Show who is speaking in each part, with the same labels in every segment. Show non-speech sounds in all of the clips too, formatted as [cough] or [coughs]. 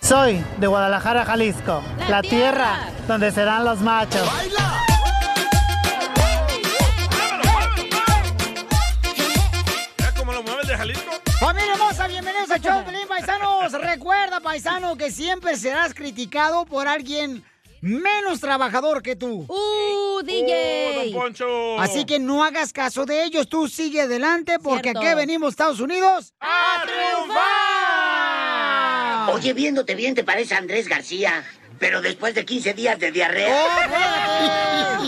Speaker 1: Soy de Guadalajara, Jalisco,
Speaker 2: La
Speaker 1: la, tierra.
Speaker 2: tierra.
Speaker 1: donde serán los machos.
Speaker 3: Mira cómo lo mueves de Jalisco.
Speaker 4: Familia hermosa, bienvenidos a Show de Pelín, paisanos. Recuerda, paisano, que siempre serás criticado por alguien menos trabajador que tú. ¡Uh,
Speaker 3: DJ. Oh, don Poncho.
Speaker 4: Así que no hagas caso de ellos, tú sigue adelante porque
Speaker 3: Cierto.
Speaker 4: aquí venimos, Estados Unidos.
Speaker 3: ¡A
Speaker 4: triunfar!
Speaker 5: Ah. Oye, viéndote bien, te parece a Andrés García, pero después de 15 días de diarrea.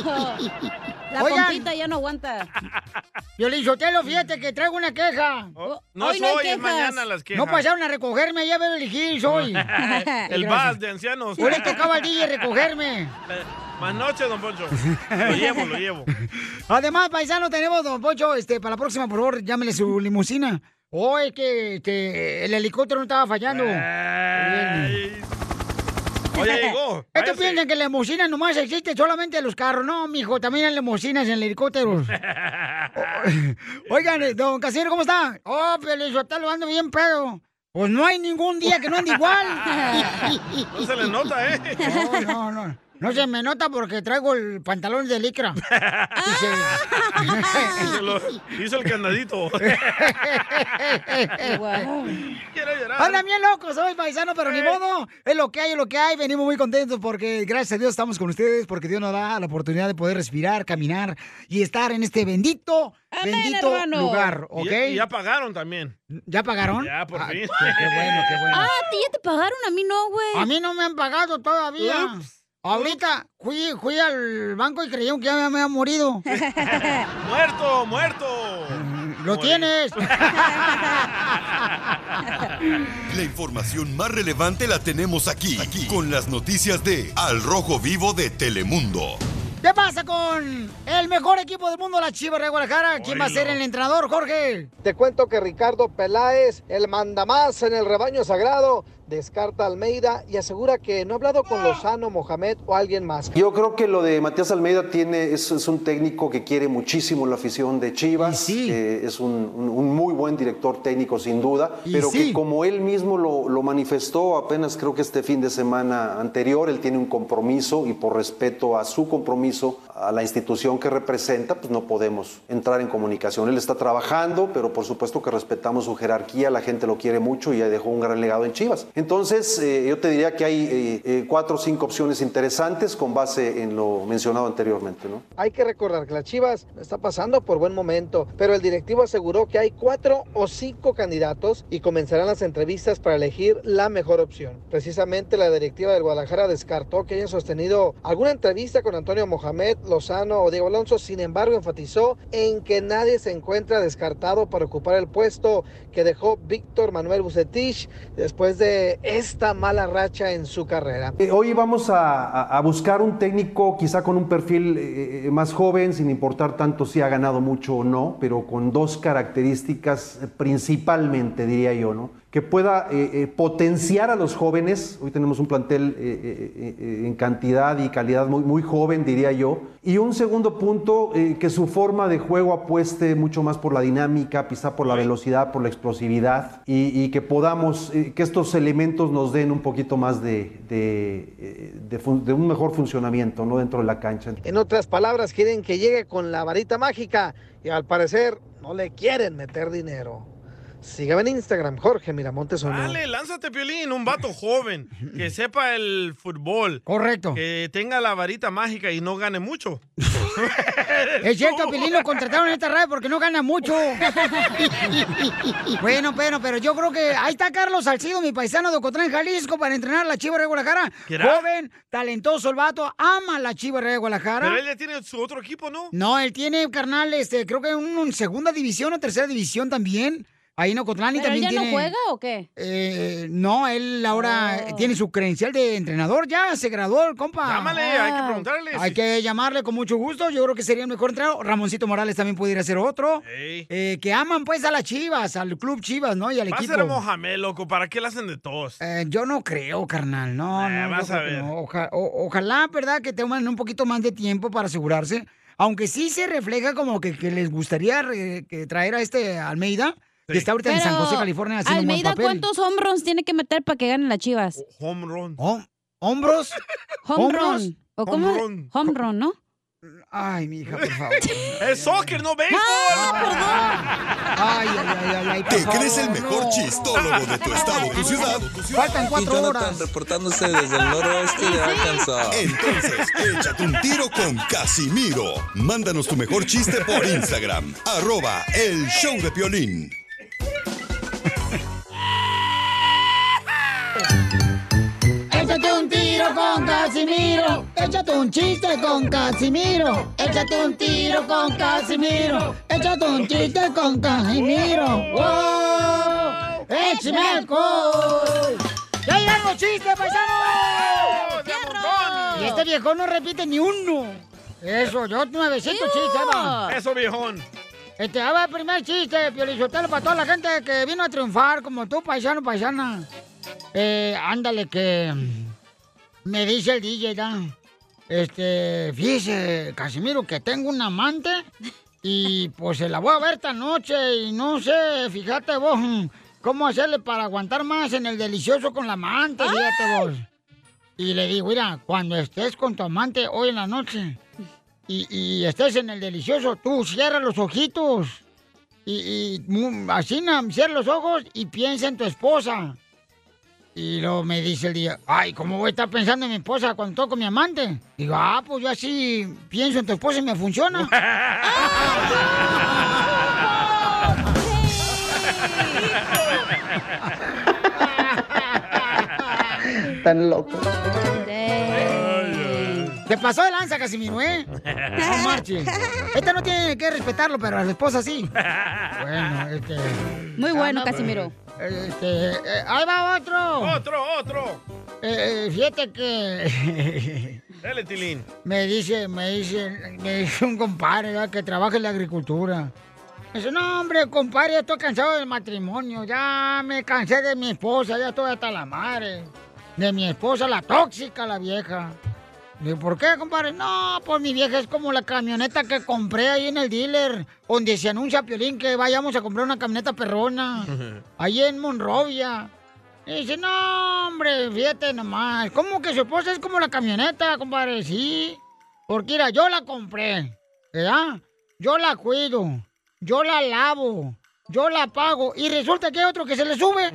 Speaker 2: La
Speaker 4: Oh, Oigan.
Speaker 2: pompita ya no aguanta.
Speaker 4: Yo le Sotelo, fíjate que traigo una queja.
Speaker 3: Oh, no Hoy es no hay hoy, es quejas. mañana las quejas.
Speaker 4: No pasaron a recogerme, ya a elegir hoy.
Speaker 3: [laughs] [laughs] El VAS de ancianos.
Speaker 4: Hoy le tocaba al DJ recogerme.
Speaker 3: [laughs] Más noche, don Poncho. Lo llevo, lo
Speaker 4: [laughs]
Speaker 3: llevo.
Speaker 4: Además, paisano, tenemos, don Poncho, este, para la próxima, por favor, llámele su limusina. O es que este, el helicóptero no estaba fallando.
Speaker 3: Eh. Oye, llegó.
Speaker 4: Estos piensan que la limusina nomás existe solamente en los carros. No, mijo, también hay limusinas en
Speaker 3: [laughs]
Speaker 4: helicópteros. Oigan, eh, don Casimiro, ¿cómo está? Oh, pero yo está lo ando bien pedo. Pues no hay ningún día que no ande igual.
Speaker 3: [laughs] No se le nota, ¿eh?
Speaker 4: No, no, no. No se me nota porque traigo el pantalón
Speaker 3: [laughs]
Speaker 4: de licra. Y se-
Speaker 3: Hizo, lo- hizo el candadito. Quiero llorar. Eh.
Speaker 4: Andan bien locos hoy, paisano, pero ni modo. Es lo que hay, es lo que hay. Venimos muy contentos porque gracias a Dios estamos con ustedes, porque Dios nos da la oportunidad de poder respirar, caminar y estar en este bendito, [laughs] bendito
Speaker 3: hermano.
Speaker 4: lugar, ¿ok?
Speaker 3: Y, y ya pagaron también.
Speaker 4: ¿Ya pagaron? Ah,
Speaker 3: Ya, por fin.
Speaker 4: qué bueno, qué bueno.
Speaker 2: Ah, a ti ya te pagaron, a mí no, güey.
Speaker 4: A mí no me han pagado todavía. Ahorita fui, fui al banco y creyeron que ya me
Speaker 3: [laughs]
Speaker 4: había morido.
Speaker 3: ¡Muerto, muerto!
Speaker 4: Lo tienes.
Speaker 6: La información más relevante la tenemos aquí, aquí, con las noticias de Al Rojo Vivo de Telemundo.
Speaker 4: ¿Qué pasa con el mejor equipo del mundo, la Chivas de Guadalajara? ¿Quién va a ser el entrenador, Jorge?
Speaker 7: Te cuento que Ricardo Peláez, el mandamás en el rebaño sagrado, descarta a Almeida y asegura que no ha hablado con Lozano, Mohamed o alguien más.
Speaker 8: Yo creo que lo de Matías Almeida tiene, es, es un técnico que quiere muchísimo la afición de Chivas, que es un, un- un muy buen director técnico sin duda,
Speaker 9: Y
Speaker 8: pero
Speaker 9: sí.
Speaker 8: que como él mismo lo, lo manifestó apenas creo que este fin de semana anterior, él tiene un compromiso y por respeto a su compromiso, a la institución que representa, pues no podemos entrar en comunicación. Él está trabajando, pero por supuesto que respetamos su jerarquía, la gente lo quiere mucho y ya dejó un gran legado en Chivas. Entonces, eh, yo te diría que hay eh, eh, cuatro o cinco opciones interesantes con base en lo mencionado anteriormente, ¿no?
Speaker 7: Hay que recordar que las Chivas no está pasando por buen momento, pero el directivo aseguró que hay cuatro o cinco candidatos y comenzarán las entrevistas para elegir la mejor opción. Precisamente la directiva del Guadalajara descartó que haya sostenido alguna entrevista con Antonio Mohamed, Lozano o Diego Alonso, sin embargo enfatizó en que nadie se encuentra descartado para ocupar el puesto que dejó Víctor Manuel Bucetich después de esta mala racha en su carrera.
Speaker 8: Eh, Hoy vamos a, a- a buscar un técnico quizá con un perfil eh, eh, más joven, sin importar tanto si ha ganado mucho o no, pero con dos características eh, principalmente, diría yo, ¿no? que pueda eh, eh, potenciar a los jóvenes. Hoy tenemos un plantel eh, eh, eh, en cantidad y calidad muy, muy joven, diría yo. Y un segundo punto, eh, que su forma de juego apueste mucho más por la dinámica, quizá por la velocidad, por la explosividad, y, y que podamos, eh, que estos elementos nos den un poquito más de, de, eh, de fun- de un mejor funcionamiento ¿no? dentro de la cancha.
Speaker 7: En otras palabras, quieren que llegue con la varita mágica y al parecer no le quieren meter dinero. Sígame en Instagram, Jorge Miramontes uno.
Speaker 3: Dale, lánzate, Piolín, un vato joven,
Speaker 4: [laughs]
Speaker 3: que sepa el fútbol.
Speaker 4: Correcto.
Speaker 3: Que tenga la varita mágica y no gane mucho.
Speaker 4: Es cierto, Pilín lo contrataron en esta radio porque no
Speaker 3: [laughs]
Speaker 4: gana mucho. bueno, pero, pero yo creo que ahí está Carlos Salcido, mi paisano de Ocotlán, Jalisco, para entrenar a la Chiva de Guadalajara.
Speaker 3: ¿Será?
Speaker 4: Joven, talentoso el vato, ama a la Chiva de Guadalajara.
Speaker 3: Pero él ya tiene su otro equipo, ¿no?
Speaker 4: No, él tiene, carnal, este, creo que un, un segunda división o tercera división también. Ahí en Ocotlán y
Speaker 2: ¿Pero él
Speaker 4: también
Speaker 2: ya
Speaker 4: tiene...
Speaker 2: no juega Oh. o qué?
Speaker 4: Eh, no, él ahora tiene su credencial de entrenador, ya se graduó el compa.
Speaker 3: Llámale, hay
Speaker 2: Ah.
Speaker 3: que preguntarle
Speaker 4: Hay
Speaker 3: si-
Speaker 4: que llamarle con mucho gusto, yo creo que sería el mejor entrenador. Ramoncito Morales también pudiera ser otro. Eh, que aman pues a las Chivas, al club Chivas, ¿no? Y al
Speaker 3: Va a
Speaker 4: equipo.
Speaker 3: ser Mohamed, loco. ¿Para qué le hacen de todos?
Speaker 4: Eh, yo no creo, carnal, no,
Speaker 3: Eh,
Speaker 4: no,
Speaker 3: vas
Speaker 4: yo
Speaker 3: a
Speaker 4: creo que
Speaker 3: ver.
Speaker 4: no. Oja- o- ojalá, ¿verdad? Que tomen un poquito más de tiempo para asegurarse. Aunque sí se refleja como que, que les gustaría re- que traer a este Almeida, que está ahorita en San José, California, haciendo un buen
Speaker 2: Almeida,
Speaker 4: papel.
Speaker 2: ¿cuántos home runs tiene que meter para que ganen las chivas?
Speaker 3: Home run.
Speaker 4: Hom- ¿Hombros?
Speaker 2: Home
Speaker 4: ¿Hombros?
Speaker 2: run. ¿O
Speaker 3: Home
Speaker 2: cómo?
Speaker 3: run.
Speaker 2: Home run, ¿no?
Speaker 4: Ay, mi hija, [laughs] por favor. Ah,
Speaker 3: Es soccer, no béisbol.
Speaker 4: Ay, ay, ay, ay, ay, por
Speaker 6: ¿Te
Speaker 4: favor,
Speaker 6: crees el mejor
Speaker 4: no.
Speaker 6: chistólogo
Speaker 4: [laughs]
Speaker 6: de tu estado, tu ciudad?
Speaker 4: Faltan cuatro horas.
Speaker 10: reportándose desde el noroeste de Arkansas.
Speaker 6: Entonces, échate un tiro con Casimiro. Mándanos tu mejor chiste por Instagram. Arroba el show de Piolín.
Speaker 4: Échate un tiro con Casimiro. Échate un chiste con Casimiro. Échate un tiro con Casimiro. Échate un chiste con Casimiro. ¡Wow! ¡Échame alcohol! ¡Ya llegan los chistes, paisanos! Y este viejo no repite ni uno. Eso, yo nuevecito chistes, ahí va.
Speaker 3: Eso,
Speaker 4: [laughs]
Speaker 3: viejón.
Speaker 4: Este, ahí va el primer chiste, Piolizotelo, para toda la gente que vino a triunfar, como tú, paisano, paisana. Eh, ándale, que mm, me dice el DJ, ¿da? Este, fíjese, Casimiro, que tengo un amante y pues se la voy a ver esta noche y no sé, fíjate vos, mm, cómo hacerle para aguantar más en el delicioso con la amante, fíjate vos. Y le digo, mira, cuando estés con tu amante hoy en la noche y, y estés en el delicioso, tú cierra los ojitos. Y, y mu- así, na, cierra los ojos y piensa en tu esposa. Y luego me dice el día, ay, ¿cómo voy a estar pensando en mi esposa cuando toco con mi amante? Digo, ah, pues yo así pienso en tu esposa y me funciona.
Speaker 8: [laughs] Tan loco.
Speaker 4: Te pasó de lanza, Casimiro,
Speaker 2: [laughs]
Speaker 4: ¿eh? No marches. Esta no tiene que respetarlo, pero a la esposa sí. Bueno, este... [laughs]
Speaker 2: Muy bueno, Casimiro.
Speaker 4: este eh, ahí va otro.
Speaker 3: Otro, otro.
Speaker 4: Eh, eh, fíjate que...
Speaker 3: Dale, Tilín.
Speaker 4: Me dice, me dice, me dice un compadre ¿verdad? que trabaja en la agricultura. Me dice, no, hombre, compadre, ya estoy cansado del matrimonio. Ya me cansé de mi esposa, ya estoy hasta la madre. De mi esposa, la tóxica, la vieja. Le digo, ¿por qué, compadre? No, pues mi vieja es como la camioneta que compré ahí en el dealer, donde se anuncia Piolín que vayamos a comprar una camioneta perrona. Ahí en Monrovia. Y dice, no, hombre, fíjate nomás. ¿Cómo que su esposa es como la camioneta, compadre? Sí. Porque mira, yo la compré, ¿verdad? Yo la cuido, yo la lavo, yo la pago. Y resulta que hay otro que se le sube.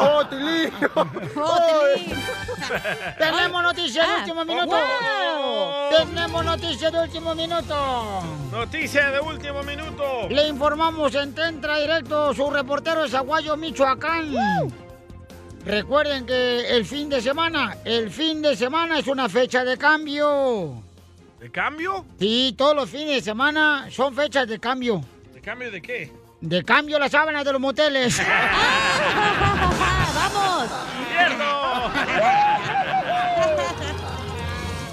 Speaker 4: ¡Oh, [laughs] Tilín! Tenemos noticias de
Speaker 2: Ah.
Speaker 4: último minuto.
Speaker 3: Wow.
Speaker 4: Tenemos noticias de último minuto.
Speaker 3: Noticia de último minuto.
Speaker 4: Le informamos en Tentra Directo, su reportero es Aguayo, Michoacán. Recuerden que el fin de semana, el fin de semana es una fecha de cambio.
Speaker 3: ¿De cambio?
Speaker 4: Sí, todos los fines de semana son fechas de cambio.
Speaker 3: ¿De cambio de qué?
Speaker 4: De cambio las sábanas de
Speaker 3: [laughs]
Speaker 4: los moteles.
Speaker 2: [laughs] ¡Vamos!
Speaker 3: ¡Cierto!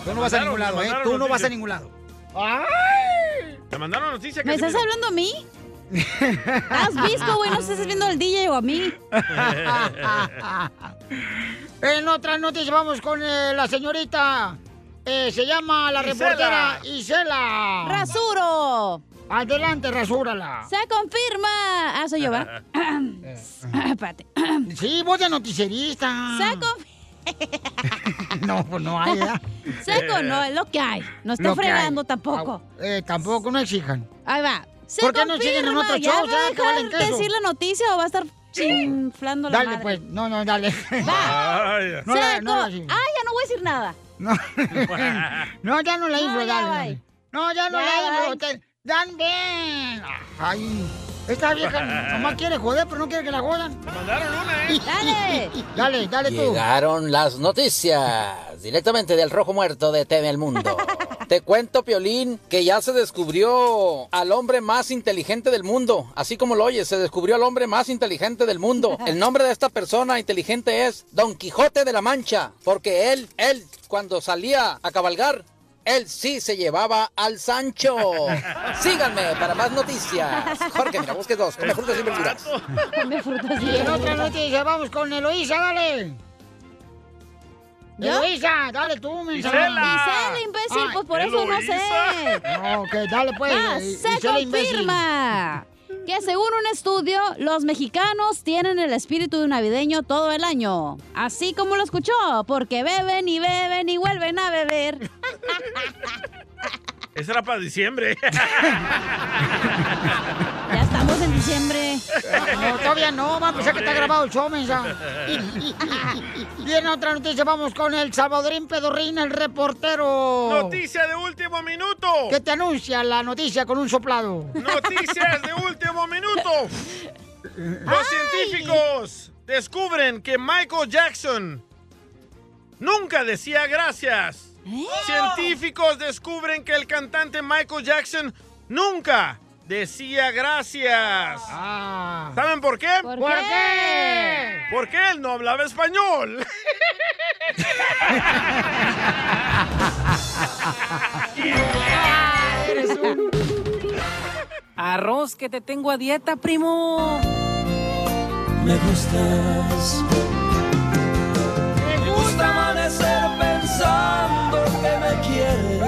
Speaker 4: Tú no vas a ningún lado, ¿eh? Tú no vas a ningún lado. ¡Ay!
Speaker 3: Te mandaron noticia que
Speaker 2: ¿Me estás hablando a mí? ¿Has visto, güey? No sé si estás viendo al DJ o a mí.
Speaker 4: [laughs] En otras noticias vamos con eh, la señorita. eh, se llama la
Speaker 3: Isela.
Speaker 4: reportera Isela.
Speaker 2: ¡Rasuro!
Speaker 4: Adelante, rasúrala.
Speaker 2: ¡Se confirma! Ah, soy
Speaker 4: [laughs]
Speaker 2: yo, ¿verdad? [coughs] Espérate.
Speaker 4: [coughs] Sí, voz de noticierista.
Speaker 2: Se, conf-
Speaker 4: No, [laughs] pues no hay,
Speaker 2: [laughs]
Speaker 4: ¿verdad?
Speaker 2: se con- No, es lo que hay. No está
Speaker 4: Lo que hay.
Speaker 2: fregando tampoco.
Speaker 4: Eh, tampoco, no exijan.
Speaker 2: Ahí va. Se
Speaker 4: ¿Por qué
Speaker 2: confirma.
Speaker 4: no siguen en otro
Speaker 2: ¿Ya
Speaker 4: show?
Speaker 2: va
Speaker 4: Ya,
Speaker 2: a
Speaker 4: que valen
Speaker 2: dejar
Speaker 4: queso.
Speaker 2: decir la noticia o va a estar chinflando la
Speaker 4: Dale,
Speaker 2: madre?
Speaker 4: pues. No, no, dale.
Speaker 3: Ay,
Speaker 4: No
Speaker 2: Se
Speaker 4: la, no la
Speaker 2: con-
Speaker 4: sigan.
Speaker 2: Ah, ya no voy a decir nada.
Speaker 4: No. No, ya no la
Speaker 2: No,
Speaker 4: inflo,
Speaker 2: ya
Speaker 4: dale,
Speaker 2: va.
Speaker 4: dale. No, ya no
Speaker 2: Ya
Speaker 4: la
Speaker 2: va.
Speaker 4: inflo. te- Dan bien. Ay, esta
Speaker 3: [laughs]
Speaker 4: vieja nomás quiere joder, pero no quiere que la jodan.
Speaker 3: te mandaron una,
Speaker 4: [laughs]
Speaker 3: ¿eh?
Speaker 2: Dale.
Speaker 4: Dale, dale tú.
Speaker 11: Llegaron las noticias directamente del Rojo Muerto de TV
Speaker 4: [laughs]
Speaker 11: El Mundo. Te cuento, Piolín, que ya se descubrió al hombre más inteligente del mundo. Así como lo oyes, se descubrió al hombre más inteligente
Speaker 4: [laughs]
Speaker 11: del mundo. El nombre de esta persona inteligente es Don Quijote de la Mancha, porque él, él, cuando salía a cabalgar, él sí se llevaba al
Speaker 4: [laughs]
Speaker 11: Sancho. Síganme para más noticias. Jorge, mira, busques dos, come frutas y verduras.
Speaker 2: Me frutas
Speaker 4: Y en otra noticia vamos con Eloísa, dale.
Speaker 2: ¿Yo?
Speaker 4: Luisa, dale tú, mensaje.
Speaker 2: Gisela. Gisela, imbécil, pues por eso no sé.
Speaker 4: No, ok, dale pues.
Speaker 2: Más,
Speaker 4: eh,
Speaker 2: se
Speaker 4: Gisela, imbécil.
Speaker 2: confirma que según un estudio, los mexicanos tienen el espíritu navideño todo el año. Así como lo escuchó, porque beben y beben y vuelven a beber.
Speaker 3: [laughs] Esa era para diciembre. [laughs]
Speaker 2: Ya estamos en diciembre.
Speaker 4: No, todavía no, va a pensar que está grabado el show, mensa. Viene otra noticia, vamos con el Salvadorín Pedorrín, el reportero.
Speaker 3: Noticia de último minuto.
Speaker 4: Que te anuncia la noticia con un soplado.
Speaker 3: Noticias de último minuto. Los científicos descubren que Michael Jackson nunca decía gracias. Científicos descubren que el cantante Michael Jackson nunca decía gracias. ¿Saben por qué?
Speaker 4: ¿Por ¿Por qué? qué?
Speaker 3: Porque él no hablaba español.
Speaker 12: Arroz que te tengo a dieta, primo.
Speaker 13: Me gustas. Me gusta amanecer pensando que me quieres.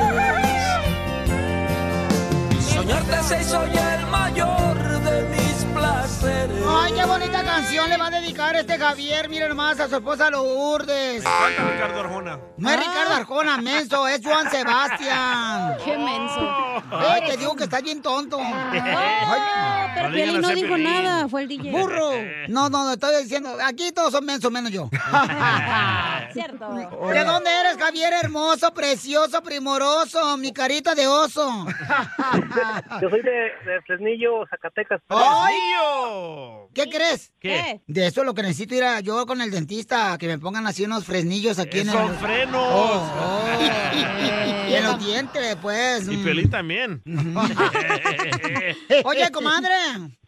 Speaker 13: Soñarte se soy el mayor de mis placeres.
Speaker 4: Ay, qué bonita canción le va a dedicar este Javier, miren más, a su esposa Lourdes.
Speaker 3: Canta Ricardo Arjona.
Speaker 4: No es Ricardo Arjona, menso, es Juan Sebastián.
Speaker 2: Ah. [laughs] Qué menso.
Speaker 4: Eh, te digo que estás bien tonto. Ay,
Speaker 2: pero No le Piolín digan no a dijo Zeppelin. nada, fue el DJ.
Speaker 4: ¡Burro! No, no, no, estoy diciendo, aquí todos son mensos, menos yo.
Speaker 2: [laughs] Cierto.
Speaker 4: ¿De dónde eres, Javier? Hermoso, precioso, primoroso, mi carita de oso.
Speaker 14: Yo soy de, de Fresnillo, Zacatecas.
Speaker 4: ¡Ay! ¿Qué crees?
Speaker 14: ¿Qué?
Speaker 4: De eso lo que necesito ir a- yo con el dentista, que me pongan así unos fresnillos aquí
Speaker 2: Eh,
Speaker 4: en el...
Speaker 3: Son frenos.
Speaker 4: Oh, oh.
Speaker 2: [laughs]
Speaker 4: Y en los dientes, pues.
Speaker 3: Y Piolín
Speaker 4: [laughs]
Speaker 3: también.
Speaker 4: Oye, comadre.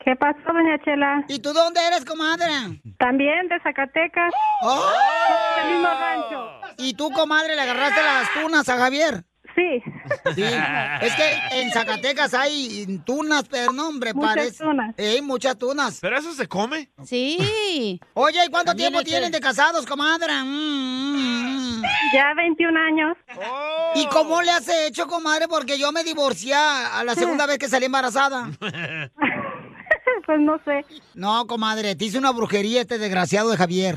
Speaker 15: ¿Qué pasó, doña Chela?
Speaker 4: ¿Y tú dónde eres, comadre?
Speaker 15: También de Zacatecas.
Speaker 4: ¡Oh!
Speaker 15: Del mismo rancho.
Speaker 4: ¿Y tú, comadre, le agarraste las tunas a Javier?
Speaker 15: Sí.
Speaker 4: [laughs] Sí. Es que en Zacatecas hay tunas, pero no, hombre,
Speaker 15: Muchas
Speaker 4: parece.
Speaker 15: tunas.
Speaker 4: Eh, muchas tunas.
Speaker 3: ¿Pero eso se come?
Speaker 2: Sí.
Speaker 4: Oye, ¿y cuánto
Speaker 15: También
Speaker 4: tiempo
Speaker 15: hay que-
Speaker 4: tienen de casados, comadre? Mm,
Speaker 15: Ya 21 años.
Speaker 4: ¿Y cómo le has hecho, comadre? Porque yo me divorcié a la segunda vez que salí embarazada.
Speaker 15: [laughs] Pues no sé.
Speaker 4: No, comadre, te hice una brujería este desgraciado de Javier.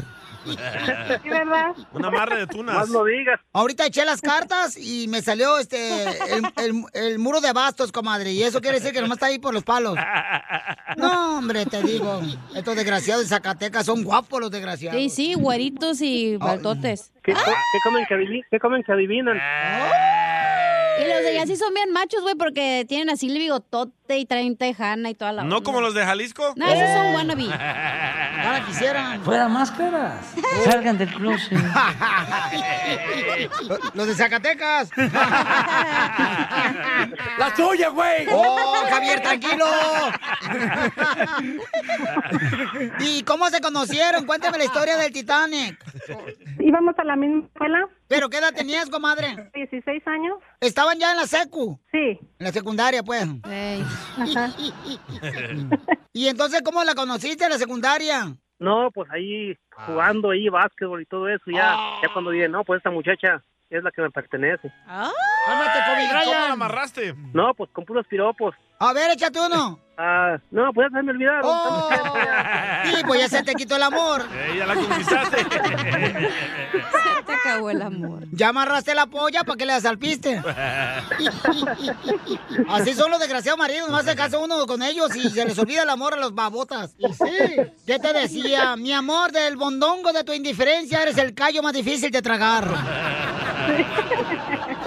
Speaker 15: verdad.
Speaker 3: Un amarre de tunas.
Speaker 4: Más lo digas. Ahorita eché las cartas y me salió este el, el- el muro de bastos, comadre. Y eso quiere decir que nomás está ahí por los palos. No, hombre, te digo. Estos desgraciados de Zacatecas son guapos los desgraciados.
Speaker 2: Sí, sí, güeritos y baltotes.
Speaker 14: ¿Qué, co-
Speaker 4: Ah.
Speaker 14: qué comen, que adivi- qué comen que adivinan?
Speaker 2: Y los de allá sí son bien machos, güey, porque tienen así el bigotote y traen tejana y toda la
Speaker 3: ¿No como los de Jalisco? Oh.
Speaker 2: No, esos
Speaker 4: Oh.
Speaker 2: son wannabe.
Speaker 3: [laughs] Ahora
Speaker 4: quisieran.
Speaker 12: Fuera máscaras. Salgan del closet.
Speaker 4: [laughs] Los de Zacatecas. [laughs] ¡La tuya, güey! ¡Oh, Javier, tranquilo! ¿Y cómo se conocieron? Cuéntame la historia del Titanic.
Speaker 15: Íbamos a la misma escuela.
Speaker 4: ¿Pero qué edad tenías, comadre?
Speaker 15: 16 años.
Speaker 4: ¿Estaban ya en la secu?
Speaker 15: Sí.
Speaker 4: En la secundaria, pues.
Speaker 15: Ajá.
Speaker 4: ¿Y entonces cómo la conociste en la secundaria?
Speaker 14: No, pues ahí jugando ahí básquetbol y todo eso. Ya,
Speaker 4: Ah.
Speaker 14: ya cuando dije, no, pues esta muchacha es la que me pertenece.
Speaker 4: Ah. ¡Cálmate, Kobe
Speaker 3: ¿Cómo la
Speaker 4: Bryant!
Speaker 3: amarraste?
Speaker 14: No, pues con puros piropos.
Speaker 4: A ver, échate uno.
Speaker 14: Ah, no, pues ya se me olvidaron.
Speaker 4: Oh, sí, pues ya se te quitó el
Speaker 3: [laughs]
Speaker 4: amor.
Speaker 3: Eh, ya la
Speaker 4: [laughs]
Speaker 2: [laughs]
Speaker 3: conquistaste.
Speaker 2: Se te acabó el amor.
Speaker 4: Ya amarraste la polla para que la
Speaker 3: [laughs]
Speaker 4: salpiste. Así son los desgraciados maridos, nomás se casa uno con ellos y se les olvida el amor a los babotas. ¿Qué te decía? Mi amor, del bondongo de tu indiferencia eres el callo más difícil de tragar.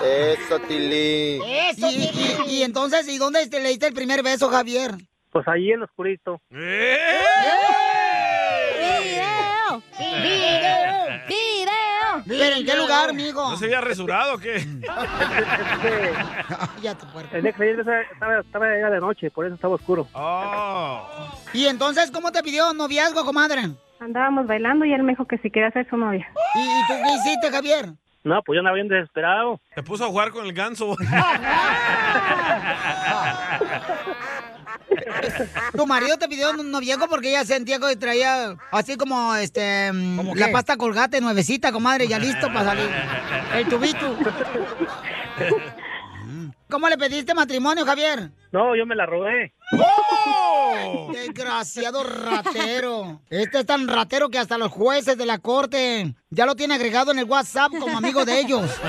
Speaker 5: Eso, Tilín.
Speaker 4: Eso, y, y- y entonces, ¿y dónde te le diste el primer beso, Javier?
Speaker 14: Pues ahí en lo oscurito.
Speaker 2: ¡Video!
Speaker 4: ¡Video!
Speaker 2: ¡Video!
Speaker 4: ¿Pero en qué lugar, amigo?
Speaker 3: ¿No se había resurado o qué?
Speaker 4: Ya te puerco.
Speaker 14: El día que salí de esa- estaba, estaba ya de noche, por eso estaba oscuro.
Speaker 4: Oh.
Speaker 14: [laughs]
Speaker 4: ¿Y entonces cómo te pidió noviazgo, comadre?
Speaker 15: Andábamos bailando y él me dijo que si quería ser su novia.
Speaker 4: ¿Y, y tú qué hiciste, Javier?
Speaker 14: No, pues yo andaba bien desesperado.
Speaker 3: Se puso
Speaker 4: [laughs]
Speaker 3: a jugar con el ganso.
Speaker 4: Tu marido te pidió un noviazgo porque ella sentía que traía así como este mm, la
Speaker 5: qué?
Speaker 4: pasta colgate nuevecita, comadre, ya [laughs] listo
Speaker 5: [laughs]
Speaker 4: para salir. El tubito. ¿Cómo le pediste matrimonio, Javier?
Speaker 14: No, yo me la robé.
Speaker 4: Desgraciado ratero. Este es tan ratero que hasta los jueces de la corte ya lo tiene agregado en el WhatsApp como amigo de ellos.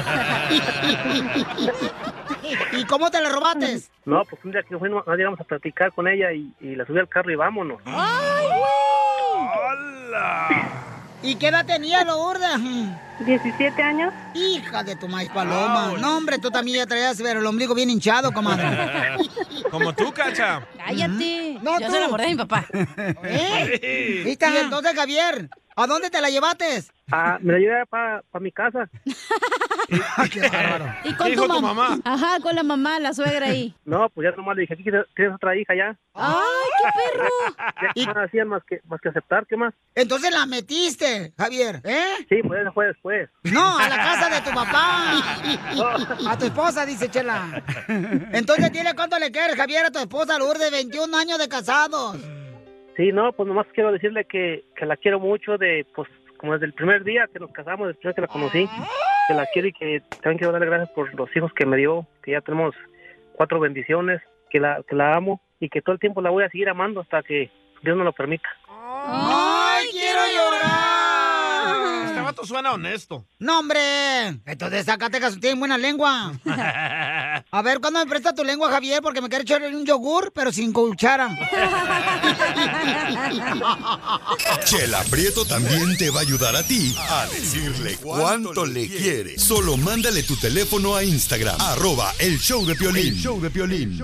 Speaker 4: ¿Y cómo te la robaste?
Speaker 14: No, pues un día que fuimos, no llegamos a platicar con ella y, y la subí al carro y vámonos.
Speaker 4: Ah. ¡Ay, ¿Y qué edad tenía Lourdes? 17 años. Hija de tu maíz paloma.
Speaker 3: Ouch.
Speaker 4: No, hombre, tú también ya traías pero el ombligo bien hinchado, comadre.
Speaker 2: [laughs]
Speaker 3: Como tú, cacha.
Speaker 2: Cállate.
Speaker 4: No,
Speaker 2: Yo
Speaker 4: tú.
Speaker 2: se enamoré de mi papá.
Speaker 4: ¿Eh? Y entonces, Javier, ¿a dónde te la llevaste?
Speaker 14: Ah, me la llevé para mi casa.
Speaker 2: Y con tu, mam- Ajá, con la mamá, la suegra ahí.
Speaker 14: No, pues ya nomás le dije, aquí tienes- tienes otra hija ya.
Speaker 2: ¡Ay, qué perro!
Speaker 14: Ya ¿Qué más hacían más que, más que aceptar? ¿Qué más?
Speaker 4: Entonces la metiste, Javier, ¿eh?
Speaker 14: Sí, pues eso fue después.
Speaker 4: No, a la casa de tu
Speaker 14: [laughs]
Speaker 4: papá. A tu esposa, dice Chela. Entonces, dile cuánto le quieres, Javier, a tu esposa Lourdes, 21 años de casados.
Speaker 14: Sí, no, pues nomás quiero decirle que, que la quiero mucho de, pues, como desde el primer día que nos casamos, desde el primer que la conocí, que la quiero y que también quiero darle gracias por los hijos que me dio, que ya tenemos cuatro bendiciones, que la, que la amo y que todo el tiempo la voy a seguir amando hasta que Dios nos lo permita.
Speaker 4: ¡Ay, quiero llorar!
Speaker 3: Este vato suena
Speaker 4: [laughs]
Speaker 3: honesto.
Speaker 4: No, hombre. Entonces, Zacatecas tienen buena lengua. A ver, ¿cuándo me presta tu lengua, Javier? Porque me quiere echar un yogur, pero sin cuchara. [laughs]
Speaker 6: Chela Prieto también te va a ayudar a ti a decirle cuánto le quiere. Solo mándale tu teléfono a Instagram, arroba el show de Piolín.
Speaker 16: El
Speaker 6: show de Piolín.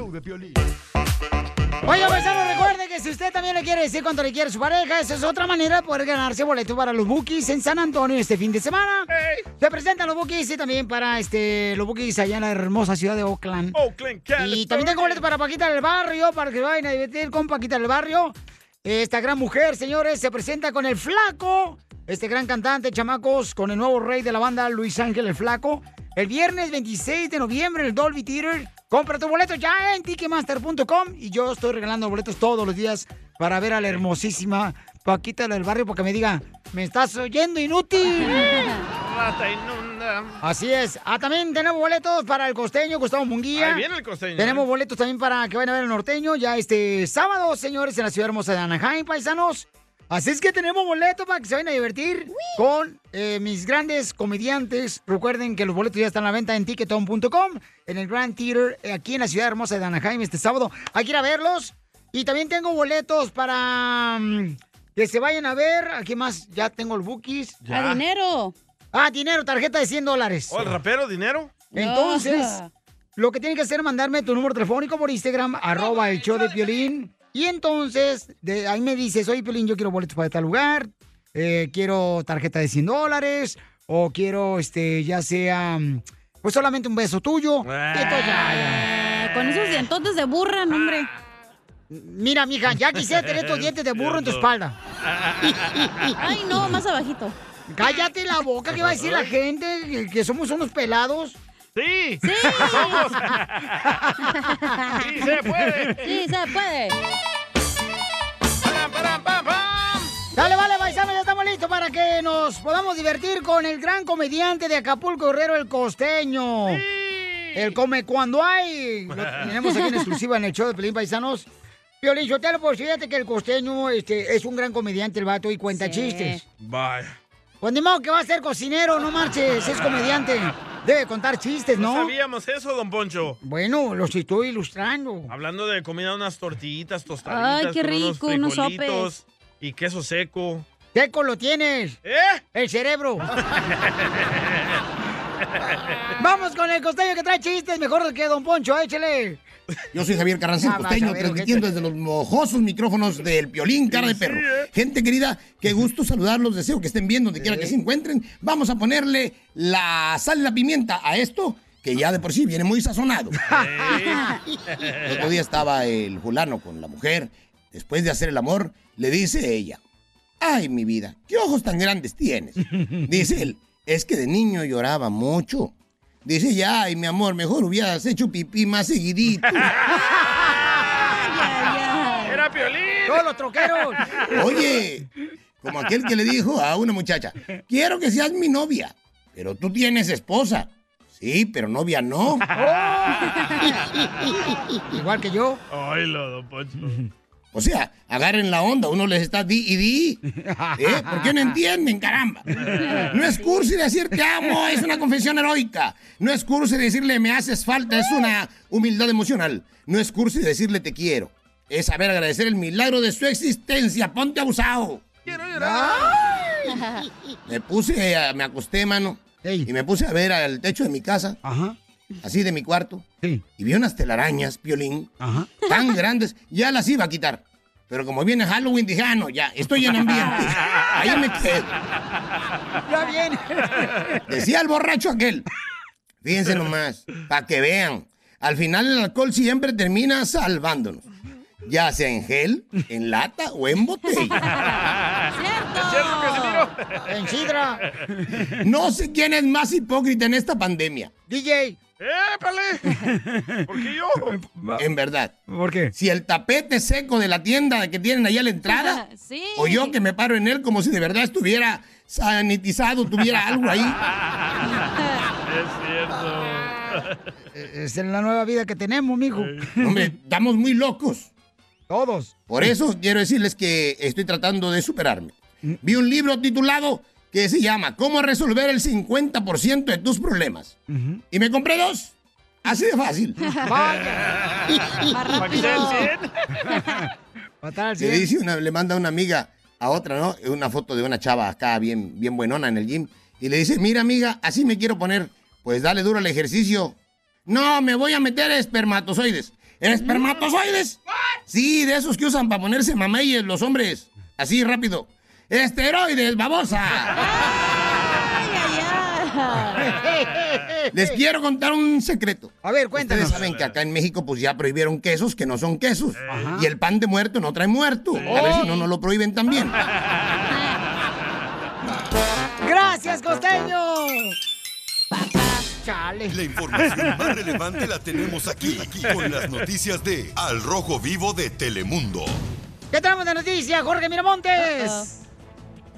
Speaker 4: Oiga, paisanos, recuerde que si usted también le quiere decir cuánto le quiere a su pareja, esa es otra manera de poder ganarse boleto para los Bookies en San Antonio este fin de semana. Se presentan los Bookies y también para este, los Bookies allá en la hermosa ciudad de Oakland. Y también tengo boleto para Paquita del Barrio, para que vayan a divertir con Paquita del Barrio. Esta gran mujer, señores, se presenta con el Flaco, este gran cantante, chamacos, con el nuevo rey de la banda, Luis Ángel el Flaco. El viernes 26 de noviembre en el Dolby Theater. Compra tu boleto ya en ticketmaster.com y yo estoy regalando boletos todos los días para ver a la hermosísima Paquita del Barrio para que me diga, me estás oyendo inútil.
Speaker 3: Rata inunda.
Speaker 4: Así es. Ah, también tenemos boletos para el costeño, Gustavo Munguía.
Speaker 3: Ahí viene el costeño, ¿eh?
Speaker 4: Tenemos boletos también para que vayan a ver el norteño ya este sábado, señores, en la ciudad hermosa de Anaheim, paisanos. Así es que tenemos boletos para que se vayan a divertir con eh, mis grandes comediantes. Recuerden que los boletos ya están a la venta en ticketon.com, en el Grand Theater, eh, aquí en la ciudad hermosa de Anaheim este sábado. Hay que ir a verlos. Y también tengo boletos para mm, que se vayan a ver. Aquí más ya tengo el bookies.
Speaker 3: Ya. A
Speaker 4: dinero. Ah, dinero, tarjeta de 100 dólares.
Speaker 3: ¿O Oh, el rapero, dinero?
Speaker 4: Entonces, lo que tienen que hacer es mandarme tu número telefónico por Instagram, arroba el show de Piolín. Y entonces, de ahí me dices, oye, Piolín, yo quiero boletos para tal lugar, eh, quiero tarjeta de 100 dólares, o quiero, este, ya sea, mm, pues solamente un beso tuyo.
Speaker 5: Ah.
Speaker 4: Entonces, ya, ya.
Speaker 2: Eh, Con esos dientotes de burra, no, hombre.
Speaker 4: Mira, mija, ya quisiera tener estos dientes de burro en tu espalda.
Speaker 2: Ay, no, más abajito.
Speaker 4: Cállate la boca, ¿qué va a decir la gente? ¿Que- ¿Que somos unos pelados?
Speaker 3: Sí.
Speaker 4: Sí.
Speaker 3: [laughs] Somos. Sí se puede.
Speaker 2: Sí, pues, se puede.
Speaker 4: Dale, vale, paisanos, ya estamos listos para que nos podamos divertir con el gran comediante de Acapulco Herrero, el costeño. El come cuando
Speaker 3: [laughs]
Speaker 4: hay. Lo tenemos aquí en exclusiva en el show de Pelín Paisanos. Piolín Sotelo, pues fíjate que el costeño este, es un gran comediante, el vato, y cuenta chistes.
Speaker 3: Vaya.
Speaker 4: Pues ni modo que va a ser cocinero, no marches, es comediante. Debe contar chistes,
Speaker 3: No
Speaker 4: ¿no?
Speaker 3: sabíamos eso, don Poncho.
Speaker 4: Bueno, los estoy ilustrando.
Speaker 3: Hablando de comida, unas tortillitas tostaditas.
Speaker 4: Ay, qué
Speaker 3: con
Speaker 4: rico, unos
Speaker 3: unos
Speaker 4: sopes.
Speaker 3: frijolitos Y queso seco.
Speaker 4: Seco lo tienes.
Speaker 3: ¿Eh? [laughs]
Speaker 4: El cerebro. Vamos con el costeño que trae chistes, mejor que Don Poncho, échale.
Speaker 17: Yo soy Javier Carranza,
Speaker 4: Ah,
Speaker 17: el
Speaker 4: vas a
Speaker 17: costeño,
Speaker 4: ver,
Speaker 17: transmitiendo desde los mojosos micrófonos del Piolín, cara de perro. Gente querida, qué gusto saludarlos, deseo que estén bien donde quiera que se encuentren. Vamos a ponerle la sal y la pimienta a esto, que ya de por sí viene muy sazonado.
Speaker 4: [laughs]
Speaker 17: El otro día estaba el fulano con la mujer. Después de hacer el amor, le dice ella, ay mi vida, ¿qué ojos tan grandes tienes? Dice él, es que de niño lloraba mucho. Dice ella, ay mi amor, mejor hubieras hecho pipí más seguidito.
Speaker 4: todos los
Speaker 17: [laughs]
Speaker 4: troqueros.
Speaker 17: Oye, como aquel que le dijo a una muchacha, quiero que seas mi novia, pero tú tienes esposa. Sí, pero novia no.
Speaker 4: [laughs] Igual que yo.
Speaker 3: Oílo, don Poncho.
Speaker 4: [laughs]
Speaker 17: O sea, agarren la onda, uno les está di y di. ¿Eh? ¿Por qué no entienden, caramba? No es cursi decir te amo, es una confesión heroica. No es cursi decirle me haces falta, es una humildad emocional. No es cursi decirle te quiero. Es saber agradecer el milagro de su existencia. Ponte abusado. Me puse, eh, a- me acosté, mano. Y me puse a ver al techo de mi casa. Así de mi cuarto. Y vi unas telarañas, piolín. Tan grandes. Ya las iba a quitar. Pero como viene Halloween, dije, ah, no, ya, estoy
Speaker 4: [laughs]
Speaker 17: en ambiente. Ahí me quedé.
Speaker 4: Ya viene.
Speaker 17: Decía el borracho aquel. Fíjense nomás, para que vean. Al final el alcohol siempre termina salvándonos. Ya sea en gel, en lata o en botella.
Speaker 4: En sidra.
Speaker 17: No sé quién es más hipócrita en esta pandemia.
Speaker 4: DJ.
Speaker 10: [laughs]
Speaker 3: ¡Épale! ¿Por qué yo?
Speaker 17: En verdad. ¿Por qué? Si el tapete seco de la tienda que tienen allá a
Speaker 4: [laughs]
Speaker 17: la entrada,
Speaker 2: Sí.
Speaker 17: o yo que me paro en él como si de verdad estuviera sanitizado, tuviera algo ahí.
Speaker 3: Es cierto.
Speaker 4: Eh, Es en la nueva vida que tenemos, mijo. [laughs]
Speaker 17: Hombre, estamos muy locos.
Speaker 4: Todos.
Speaker 17: Por eso quiero decirles que estoy tratando de superarme.
Speaker 4: Mm.
Speaker 17: Vi un libro titulado que se llama Cómo resolver el 50% de tus problemas. Y me compré dos. Así de
Speaker 4: [laughs]
Speaker 17: fácil.
Speaker 4: Más
Speaker 17: Le dice una, le manda una amiga a otra, ¿no? Una foto de una chava acá bien, bien buenona en el gym. Y le dice, mira amiga, así me quiero poner. Pues dale duro al ejercicio. No, me voy a meter espermatozoides. ¿Espermatozoides? Sí, de esos que usan para ponerse mameyes los hombres. Así rápido. Esteroides, [laughs] babosa. Les quiero contar un secreto. A ver, cuéntanos. Ustedes saben que acá en México pues ya prohibieron quesos que no son quesos. Y el pan de muerto no trae muerto. A ver si no, no lo prohíben también.
Speaker 4: Gracias, costeño.
Speaker 6: La información más relevante la tenemos aquí, aquí, con las noticias de Al Rojo Vivo de Telemundo.
Speaker 4: ¿Qué tenemos de noticias, Jorge Miramontes?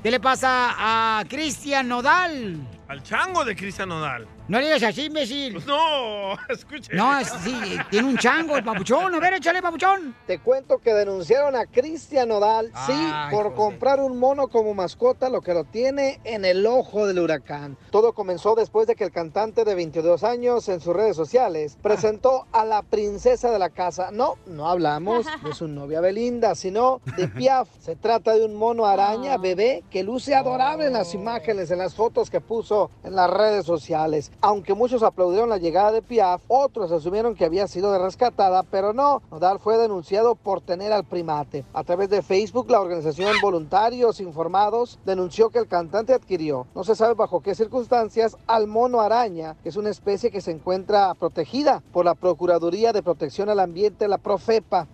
Speaker 4: ¿Qué le pasa a Cristian Nodal?
Speaker 3: Al chango de Cristian Nodal.
Speaker 4: No le digas así, imbécil.
Speaker 3: No, escuche.
Speaker 4: No, es- sí, tiene un chango, el papuchón. A ver, échale, papuchón.
Speaker 7: Te cuento que denunciaron a Cristian Nodal,
Speaker 4: Ay,
Speaker 7: sí, por comprar un mono como mascota, lo que lo tiene en el ojo del huracán. Todo comenzó después de que el cantante de 22 años en sus redes sociales presentó a la princesa de la casa. No, no
Speaker 4: [laughs]
Speaker 7: hablamos de su novia Belinda, sino de Piaf. Se trata de un mono araña bebé que luce adorable en las imágenes, en las fotos que puso en las redes sociales. Aunque muchos aplaudieron la llegada de Piaf, otros asumieron que había sido de rescatada, pero no. Nodal fue denunciado por tener al primate. A través de Facebook, la organización Voluntarios Informados denunció que el cantante adquirió, no se sabe bajo qué circunstancias, al mono araña, que es una especie que se encuentra protegida por la Procuraduría de Protección al Ambiente, la Profepa.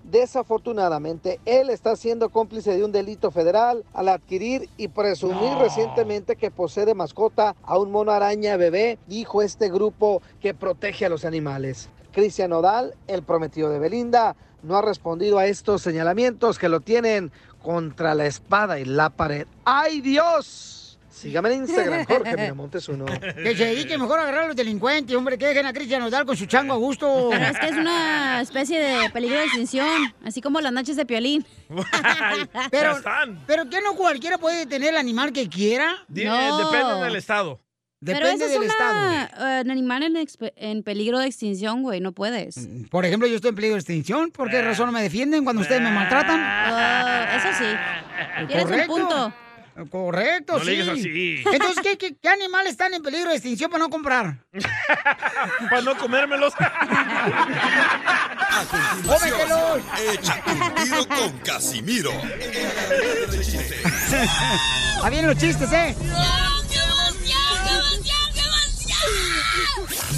Speaker 7: Desafortunadamente, él está siendo cómplice de un delito federal al adquirir y presumir recientemente que posee de mascota a un mono araña bebé, dijo este grupo que protege a los animales. Cristian Odal, el prometido de Belinda, no ha respondido a estos señalamientos que lo tienen contra la espada y la pared. ¡Ay Dios! Sígame en
Speaker 4: [laughs]
Speaker 7: Instagram, Jorge Miramontes uno.
Speaker 4: Que se dedique mejor a agarrar a los delincuentes, hombre, que dejen a Cristian Nodal con su chango a gusto.
Speaker 2: Pero es que es una especie de peligro de extinción, así como las noches de piolín. [laughs]
Speaker 4: Pero, pero que no cualquiera puede tener el animal que quiera.
Speaker 3: Di- eh, Depende del estado.
Speaker 4: Depende
Speaker 2: Pero
Speaker 4: del
Speaker 2: ese es
Speaker 4: estado.
Speaker 2: una, eh, un animal en, exp- en peligro de extinción, güey, no puedes.
Speaker 4: Mm, Por ejemplo, yo estoy en peligro de extinción. ¿Por qué razón no me defienden cuando ustedes me maltratan? Pues
Speaker 2: Ah, eso sí. Tienes un punto.
Speaker 4: Eh, Correcto,
Speaker 3: No
Speaker 4: sí.
Speaker 3: le digas así.
Speaker 4: Entonces, ¿qué, qué, qué animales están en peligro de extinción para no comprar?
Speaker 3: [laughs] Para no
Speaker 4: [laughs]
Speaker 3: comérmelos.
Speaker 4: ¡Cómetelos!
Speaker 6: Échate un tiro con Casimiro.
Speaker 4: [laughs] Ah, vienen los chistes, ¿eh?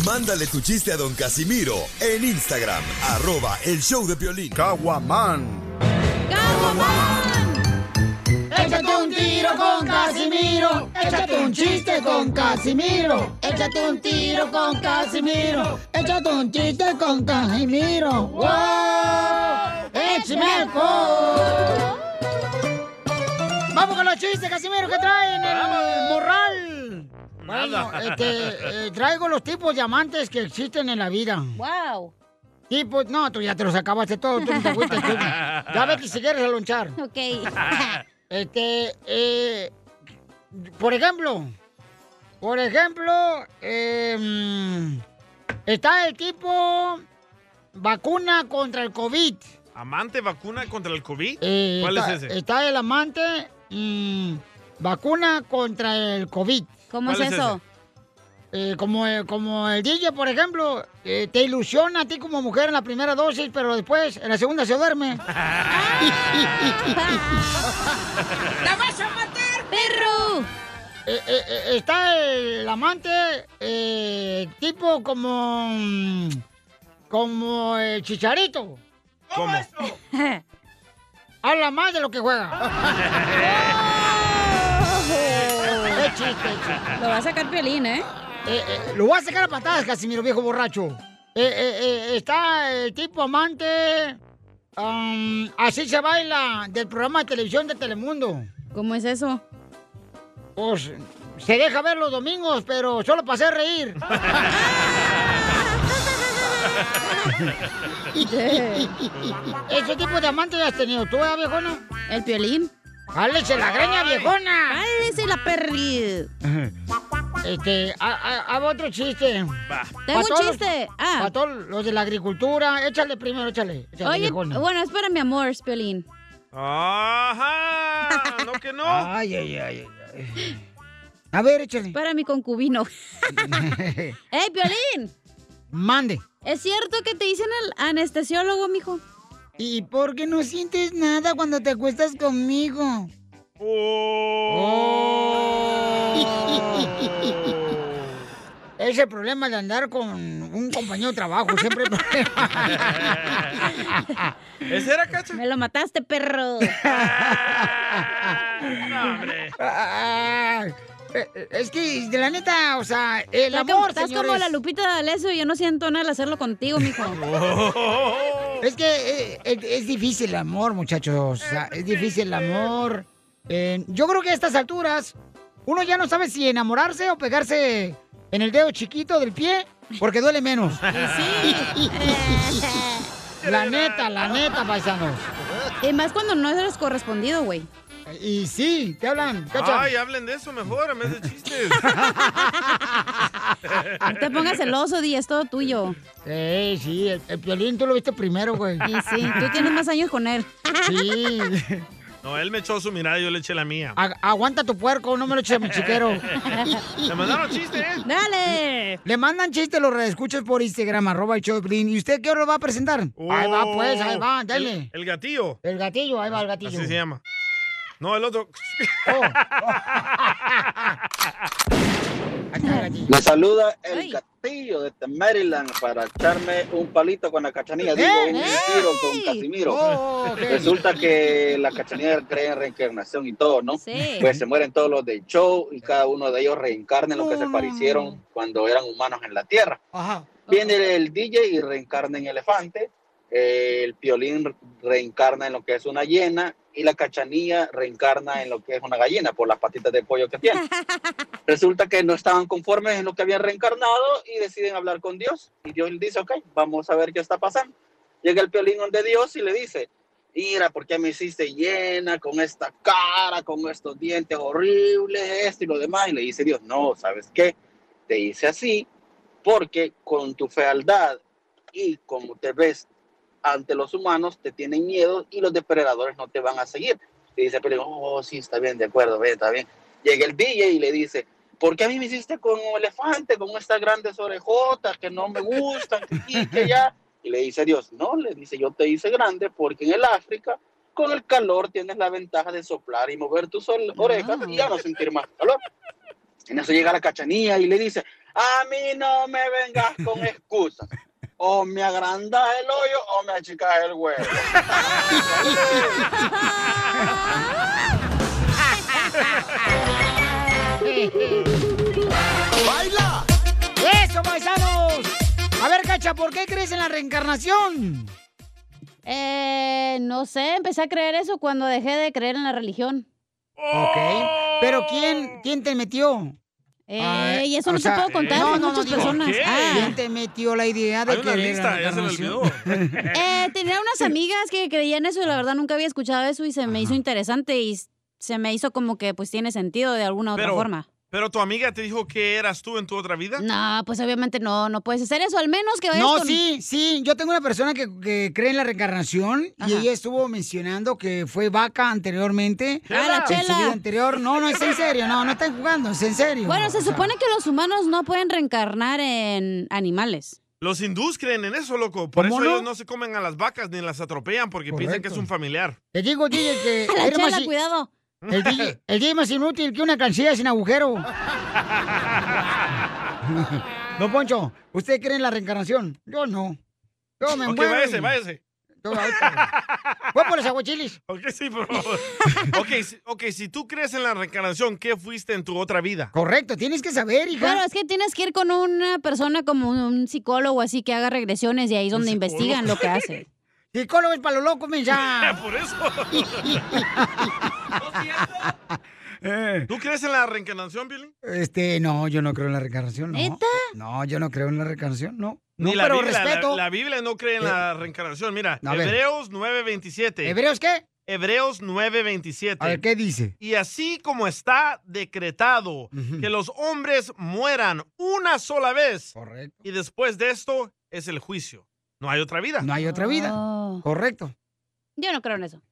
Speaker 6: Mándale tu chiste a don Casimiro en Instagram, arroba el show de violín. Caguaman.
Speaker 4: Échate un tiro con Casimiro. Échate un [laughs] chiste con Casimiro. Échate un tiro con Casimiro. Échate un chiste con Casimiro. ¡Wow! échame alcohol. Vamos con los chistes, Casimiro, que traen el morral. Bueno,
Speaker 5: Nada.
Speaker 4: este, eh, traigo los tipos de amantes que existen en la vida.
Speaker 2: ¡Wow!
Speaker 4: Tipos, no, tú ya te los acabaste todos, tú no te agüites, tú. Ya vete si quieres a lonchar.
Speaker 2: Ah. [laughs] Ok.
Speaker 4: [laughs] Este, eh, por ejemplo, por ejemplo, eh, mm, está el tipo vacuna contra el COVID.
Speaker 3: ¿Amante vacuna contra el COVID?
Speaker 4: Eh,
Speaker 3: ¿Cuál
Speaker 4: está,
Speaker 3: es ese?
Speaker 4: Está el amante mm, vacuna contra el COVID.
Speaker 2: ¿Cómo ¿Cuál es es eso?
Speaker 4: Eh, como, el- como el DJ, por ejemplo, eh, te ilusiona a ti como mujer en la primera dosis, pero después en la segunda se
Speaker 2: [laughs]
Speaker 4: duerme. [laughs]
Speaker 5: ¡La vas a matar,
Speaker 2: perro!
Speaker 4: Eh, eh, eh, está el amante eh, tipo como mm, como el chicharito.
Speaker 3: ¿Cómo?
Speaker 4: [laughs] Habla más de lo que
Speaker 2: [laughs]
Speaker 4: juega. ¡Qué chiste, chiste!
Speaker 2: Lo va a sacar Piolín, ¿eh?
Speaker 4: lo voy a sacar a patadas, Casimiro, viejo borracho. Eh, eh, eh, está el tipo amante. am, así se baila del programa de televisión de Telemundo.
Speaker 2: ¿Cómo es eso?
Speaker 4: Pues se deja ver los domingos, pero solo para hacer
Speaker 2: [laughs]
Speaker 4: reír. ¿Ese tipo de amante ya has tenido tú, eh, viejona?
Speaker 2: ¿El piolín?
Speaker 4: ¡Hálese la greña, viejona!
Speaker 2: ¡Hálese la perri!
Speaker 4: Este, ha- ha- hago otro chiste.
Speaker 2: Tengo
Speaker 4: Pa'
Speaker 2: un
Speaker 4: todos-
Speaker 5: [laughs]
Speaker 2: chiste. Ah.
Speaker 4: pa' todos los de la agricultura. Échale primero, échale. échale,
Speaker 2: Oye,
Speaker 4: viejona.
Speaker 2: bueno, es para mi amor, Piolín.
Speaker 3: Ajá, no que Ah, no.
Speaker 4: Ay, ay, ay. A ver, échale.
Speaker 2: Para
Speaker 4: [laughs]
Speaker 2: mi concubino. ¡Ey, Piolín!
Speaker 4: Mande.
Speaker 2: ¿Es cierto que te dicen el anestesiólogo, mijo?
Speaker 4: ¿Y por qué no sientes nada cuando te acuestas conmigo? [laughs] Es el problema de andar con un compañero de trabajo, siempre [laughs] hay problema.
Speaker 3: ¿Ese era cacho?
Speaker 2: Me lo
Speaker 4: [laughs]
Speaker 2: mataste, perro.
Speaker 4: Ah, eh, eh, es que, de la neta, o sea, el
Speaker 2: Estás como-
Speaker 4: amor,
Speaker 2: Estás
Speaker 4: señores,
Speaker 2: como la Lupita de Alessio y yo no siento nada al hacerlo
Speaker 4: [laughs]
Speaker 2: contigo, mijo.
Speaker 4: Oh. Es que eh, eh, es, difícil el amor, muchachos. o sea, es difícil el amor. Eh, yo creo que a estas alturas uno ya no sabe si enamorarse o pegarse en el dedo chiquito del pie porque duele menos. la neta, la neta, paisanos.
Speaker 2: Y más cuando no eres correspondido, güey.
Speaker 4: Y sí, te hablan.
Speaker 3: Ay, hablen de eso mejor en vez de chistes.
Speaker 2: No Ah, te pongas celoso, Di, es todo tuyo.
Speaker 4: Sí, sí, el, el piolín tú lo viste primero, güey.
Speaker 2: Y sí, tú tienes más años con él.
Speaker 4: Sí.
Speaker 3: [laughs] No, él me echó su mirada y yo le eché la mía.
Speaker 4: Ag- aguanta tu puerco, no me lo eches a mi chiquero.
Speaker 3: Te mandaron chistes.
Speaker 2: ¡Dale!
Speaker 4: Le mandan chistes, los reescuchas por Instagram, arroba el show de Piolín. ¿Y usted qué hora lo va a presentar? Ahí va, pues, ahí va,
Speaker 3: Oh, El,
Speaker 4: dale.
Speaker 3: el gatillo. Ah,
Speaker 4: El, gatillo, ahí va el gatillo.
Speaker 3: Así se llama. No, el otro.
Speaker 18: Le saluda el gatillo de Maryland para echarme un palito con la cachanilla, digo, un tiro con Casimiro.
Speaker 5: Eh, Oh, ok.
Speaker 18: Resulta que la cachanilla cree en reencarnación y todo, ¿no?
Speaker 5: Sí.
Speaker 18: Pues se mueren todos los del show y cada uno de ellos reencarna en lo que
Speaker 5: Mm.
Speaker 18: se parecieron cuando eran humanos en la tierra. Viene el, el DJ y reencarna en elefante, eh, el piolín reencarna en lo que es una hiena y la cachanilla reencarna en lo que es una gallina por las patitas de pollo que tiene. Resulta que no estaban conformes en lo que habían reencarnado y deciden hablar con Dios. Y Dios le dice, ok, vamos a ver qué está pasando. Llega el piolín donde Dios y le dice, mira, ¿por qué me hiciste llena con esta cara, con estos dientes horribles, esto y lo demás? Y le dice Dios, no, ¿sabes qué? Te hice así porque con tu fealdad y como te ves ante los humanos, te tienen miedo y los depredadores no te van a seguir. Y dice, pero oh, sí, está bien, de acuerdo, ve, está bien. Llega el DJ y le dice, ¿por qué a mí me hiciste con un elefante, con estas grandes orejotas que no me gustan, que aquí, que allá? Y le dice Dios, no, le dice, yo te hice grande porque en el África, con el calor, tienes la ventaja de soplar y mover tus ol- orejas y ya no sentir más calor. En eso llega la cachanilla y le dice, a mí no me vengas con excusas. O me agrandas el hoyo o me achicas el huevo.
Speaker 5: ¡Baila!
Speaker 4: ¡Eso, paisanos! A ver, Cacha, ¿por qué crees en la reencarnación?
Speaker 2: Eh, no sé, empecé a creer eso cuando dejé de creer en la religión.
Speaker 4: Ok. Pero ¿quién, quién te metió? Ah,
Speaker 2: Eh, y eso no se puede contar, hay muchas personas. ¿Por qué? Ah.
Speaker 4: ¿Quién te metió la idea de
Speaker 2: Hay una
Speaker 4: querer
Speaker 2: lista,
Speaker 4: la
Speaker 2: ya se me
Speaker 4: reencarnación?
Speaker 2: Eh, tenía unas amigas que creían eso y la verdad nunca había escuchado eso y se me hizo interesante y s- se me hizo como que pues tiene sentido de alguna u otra
Speaker 3: Pero-
Speaker 2: forma.
Speaker 3: Pero tu amiga te dijo que eras tú en tu otra vida.
Speaker 2: No, pues obviamente no, no puedes hacer eso, al menos que vayas
Speaker 4: No,
Speaker 2: con-
Speaker 4: sí, sí. Yo tengo una persona que, que cree en la reencarnación y
Speaker 2: Ajá.
Speaker 4: ella estuvo mencionando que fue vaca anteriormente.
Speaker 2: Ah, la
Speaker 4: En su
Speaker 2: Chela.
Speaker 4: vida anterior. No, no, es en serio. No, no están jugando, es en serio.
Speaker 2: Bueno, se supone que los humanos no pueden reencarnar en animales.
Speaker 3: Los hindús creen en eso, loco. Por eso
Speaker 2: ¿Cómo no?
Speaker 3: ellos no se comen a las vacas ni las atropellan porque piensan que es un familiar.
Speaker 4: Te
Speaker 2: [laughs]
Speaker 4: digo, DJ, que...
Speaker 3: A la
Speaker 4: eres más
Speaker 3: Chela,
Speaker 4: i-
Speaker 2: cuidado.
Speaker 4: El DJ, el DJ más inútil que una cancilla sin
Speaker 2: [laughs]
Speaker 4: agujero. Don Poncho, ¿usted cree en la reencarnación? Yo no. Yo me
Speaker 3: ok,
Speaker 4: muero.
Speaker 3: váyase,
Speaker 4: y-
Speaker 3: váyase.
Speaker 4: Yo- Voy por los aguachiles.
Speaker 3: [laughs] Ok, sí, por favor. ok, si, ok, si tú crees en la reencarnación, ¿qué fuiste en tu otra vida?
Speaker 4: Correcto, tienes que saber,
Speaker 2: Claro, es que tienes que ir con una persona como un- un psicólogo así que haga regresiones y ahí es donde
Speaker 4: psicólogo. [laughs]
Speaker 2: investigan lo que haces.
Speaker 4: Psicólogo
Speaker 3: [laughs]
Speaker 4: es para los locos, men, ya.
Speaker 3: Oh. por
Speaker 4: [laughs]
Speaker 3: eso. ¿Tú crees en la reencarnación, Billy?
Speaker 4: Este, no, yo no creo en la reencarnación, no.
Speaker 3: ¿Neta?
Speaker 4: No, yo no creo en la reencarnación, no. No,
Speaker 3: Ni la
Speaker 4: pero
Speaker 3: Biblia, la-
Speaker 4: respeto. Eh,
Speaker 3: La, Biblia no cree en la reencarnación. Mira,
Speaker 4: A ver.
Speaker 3: Hebreos 9:27.
Speaker 4: ¿Hebreos qué?
Speaker 3: Hebreos 9:27.
Speaker 4: A ver, ¿qué dice?
Speaker 3: Y así como está decretado que los hombres mueran una sola vez.
Speaker 4: Correcto.
Speaker 3: Y después de esto es el juicio. No hay otra vida.
Speaker 4: No hay otra vida. Correcto.
Speaker 2: Oh. Yo no creo en eso.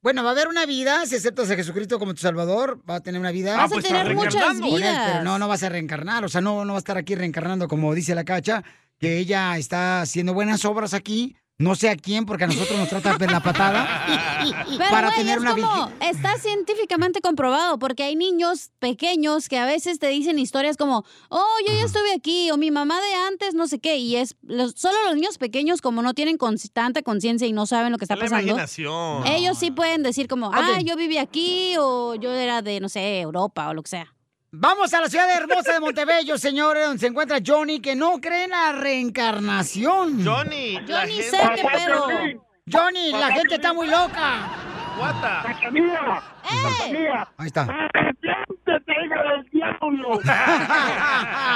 Speaker 4: Bueno, va a haber una vida, si aceptas a Jesucristo como tu Salvador, va a tener una vida.
Speaker 2: Ah, Vas a pues, está tener muchas reencarnando.
Speaker 4: Con él,
Speaker 2: vidas.
Speaker 4: pero no, no vas a reencarnar, o sea, no, no va a estar aquí reencarnando, como dice la cacha, que ella está haciendo buenas obras aquí, no sé a quién, porque a nosotros nos trata de la patada.
Speaker 2: [laughs] Pero,
Speaker 4: Para
Speaker 2: güey,
Speaker 4: tener
Speaker 2: es
Speaker 4: una
Speaker 2: como, está científicamente comprobado porque hay niños pequeños que a veces te dicen historias como, oh, yo ya estuve aquí, o mi mamá de antes, no sé qué, y es los- solo los niños pequeños como no tienen cons- tanta conciencia y no saben lo que está
Speaker 3: La
Speaker 2: pasando.
Speaker 3: imaginación.
Speaker 2: Ellos sí pueden decir como, ah,
Speaker 4: Ok.
Speaker 2: yo viví aquí o yo era de, no sé, Europa o lo que sea.
Speaker 4: Vamos a la ciudad hermosa de Montebello, señores, eh, donde se encuentra Johnny, que no cree en la reencarnación.
Speaker 3: Johnny,
Speaker 2: la Johnny, gente- sé qué pedo.
Speaker 4: Johnny, la gente está muy loca. pues
Speaker 3: Guata.
Speaker 2: ¡Eh!
Speaker 4: Ahí está.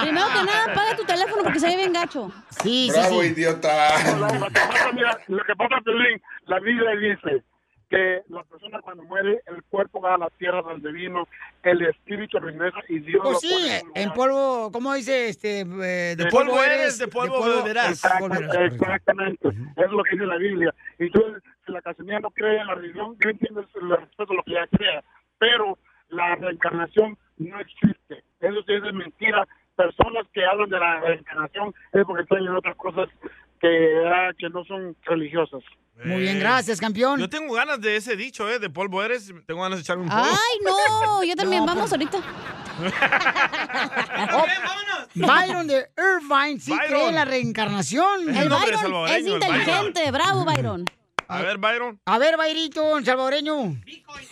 Speaker 2: Primero que nada, paga tu teléfono porque se ve bien gacho.
Speaker 4: [laughs] Sí,
Speaker 19: Bravo, idiota. Lo que pasa, mira, lo que pasa, Piolín, la Biblia dice que la persona cuando muere, el cuerpo va a la tierra donde vino, el espíritu regresa y Dios
Speaker 4: Pues
Speaker 19: lo
Speaker 4: sí,
Speaker 19: pone en un
Speaker 4: en
Speaker 19: lugar.
Speaker 4: polvo, ¿cómo dice este? eh, de,
Speaker 19: De
Speaker 4: polvo,
Speaker 19: polvo
Speaker 4: eres,
Speaker 19: eres, de polvo volverás.
Speaker 4: de polvo eres, correcto.
Speaker 19: Exactamente, es lo que dice la Biblia. Entonces, si la casemilla no cree en la religión, yo entiendo el respeto a lo que ella crea, pero la reencarnación no existe. Eso sí es mentira. Personas que hablan de la reencarnación es porque creen en otras cosas
Speaker 20: [laughs]
Speaker 19: que, ah, que no son religiosas.
Speaker 4: Muy bien, gracias, campeón.
Speaker 3: Eh, Yo tengo ganas de ese dicho, ¿eh? De polvo eres. Tengo ganas de echarme un polvo.
Speaker 2: Ay, no, yo también,
Speaker 3: No,
Speaker 2: vamos ahorita.
Speaker 4: Byron de Irvine sí
Speaker 3: Byron.
Speaker 4: cree en la reencarnación.
Speaker 3: Es un El hombre Byron salvadoreño, es el Byron. inteligente,
Speaker 2: bravo Byron.
Speaker 3: A ver, Byron.
Speaker 4: A ver, Bayrito, salvadoreño.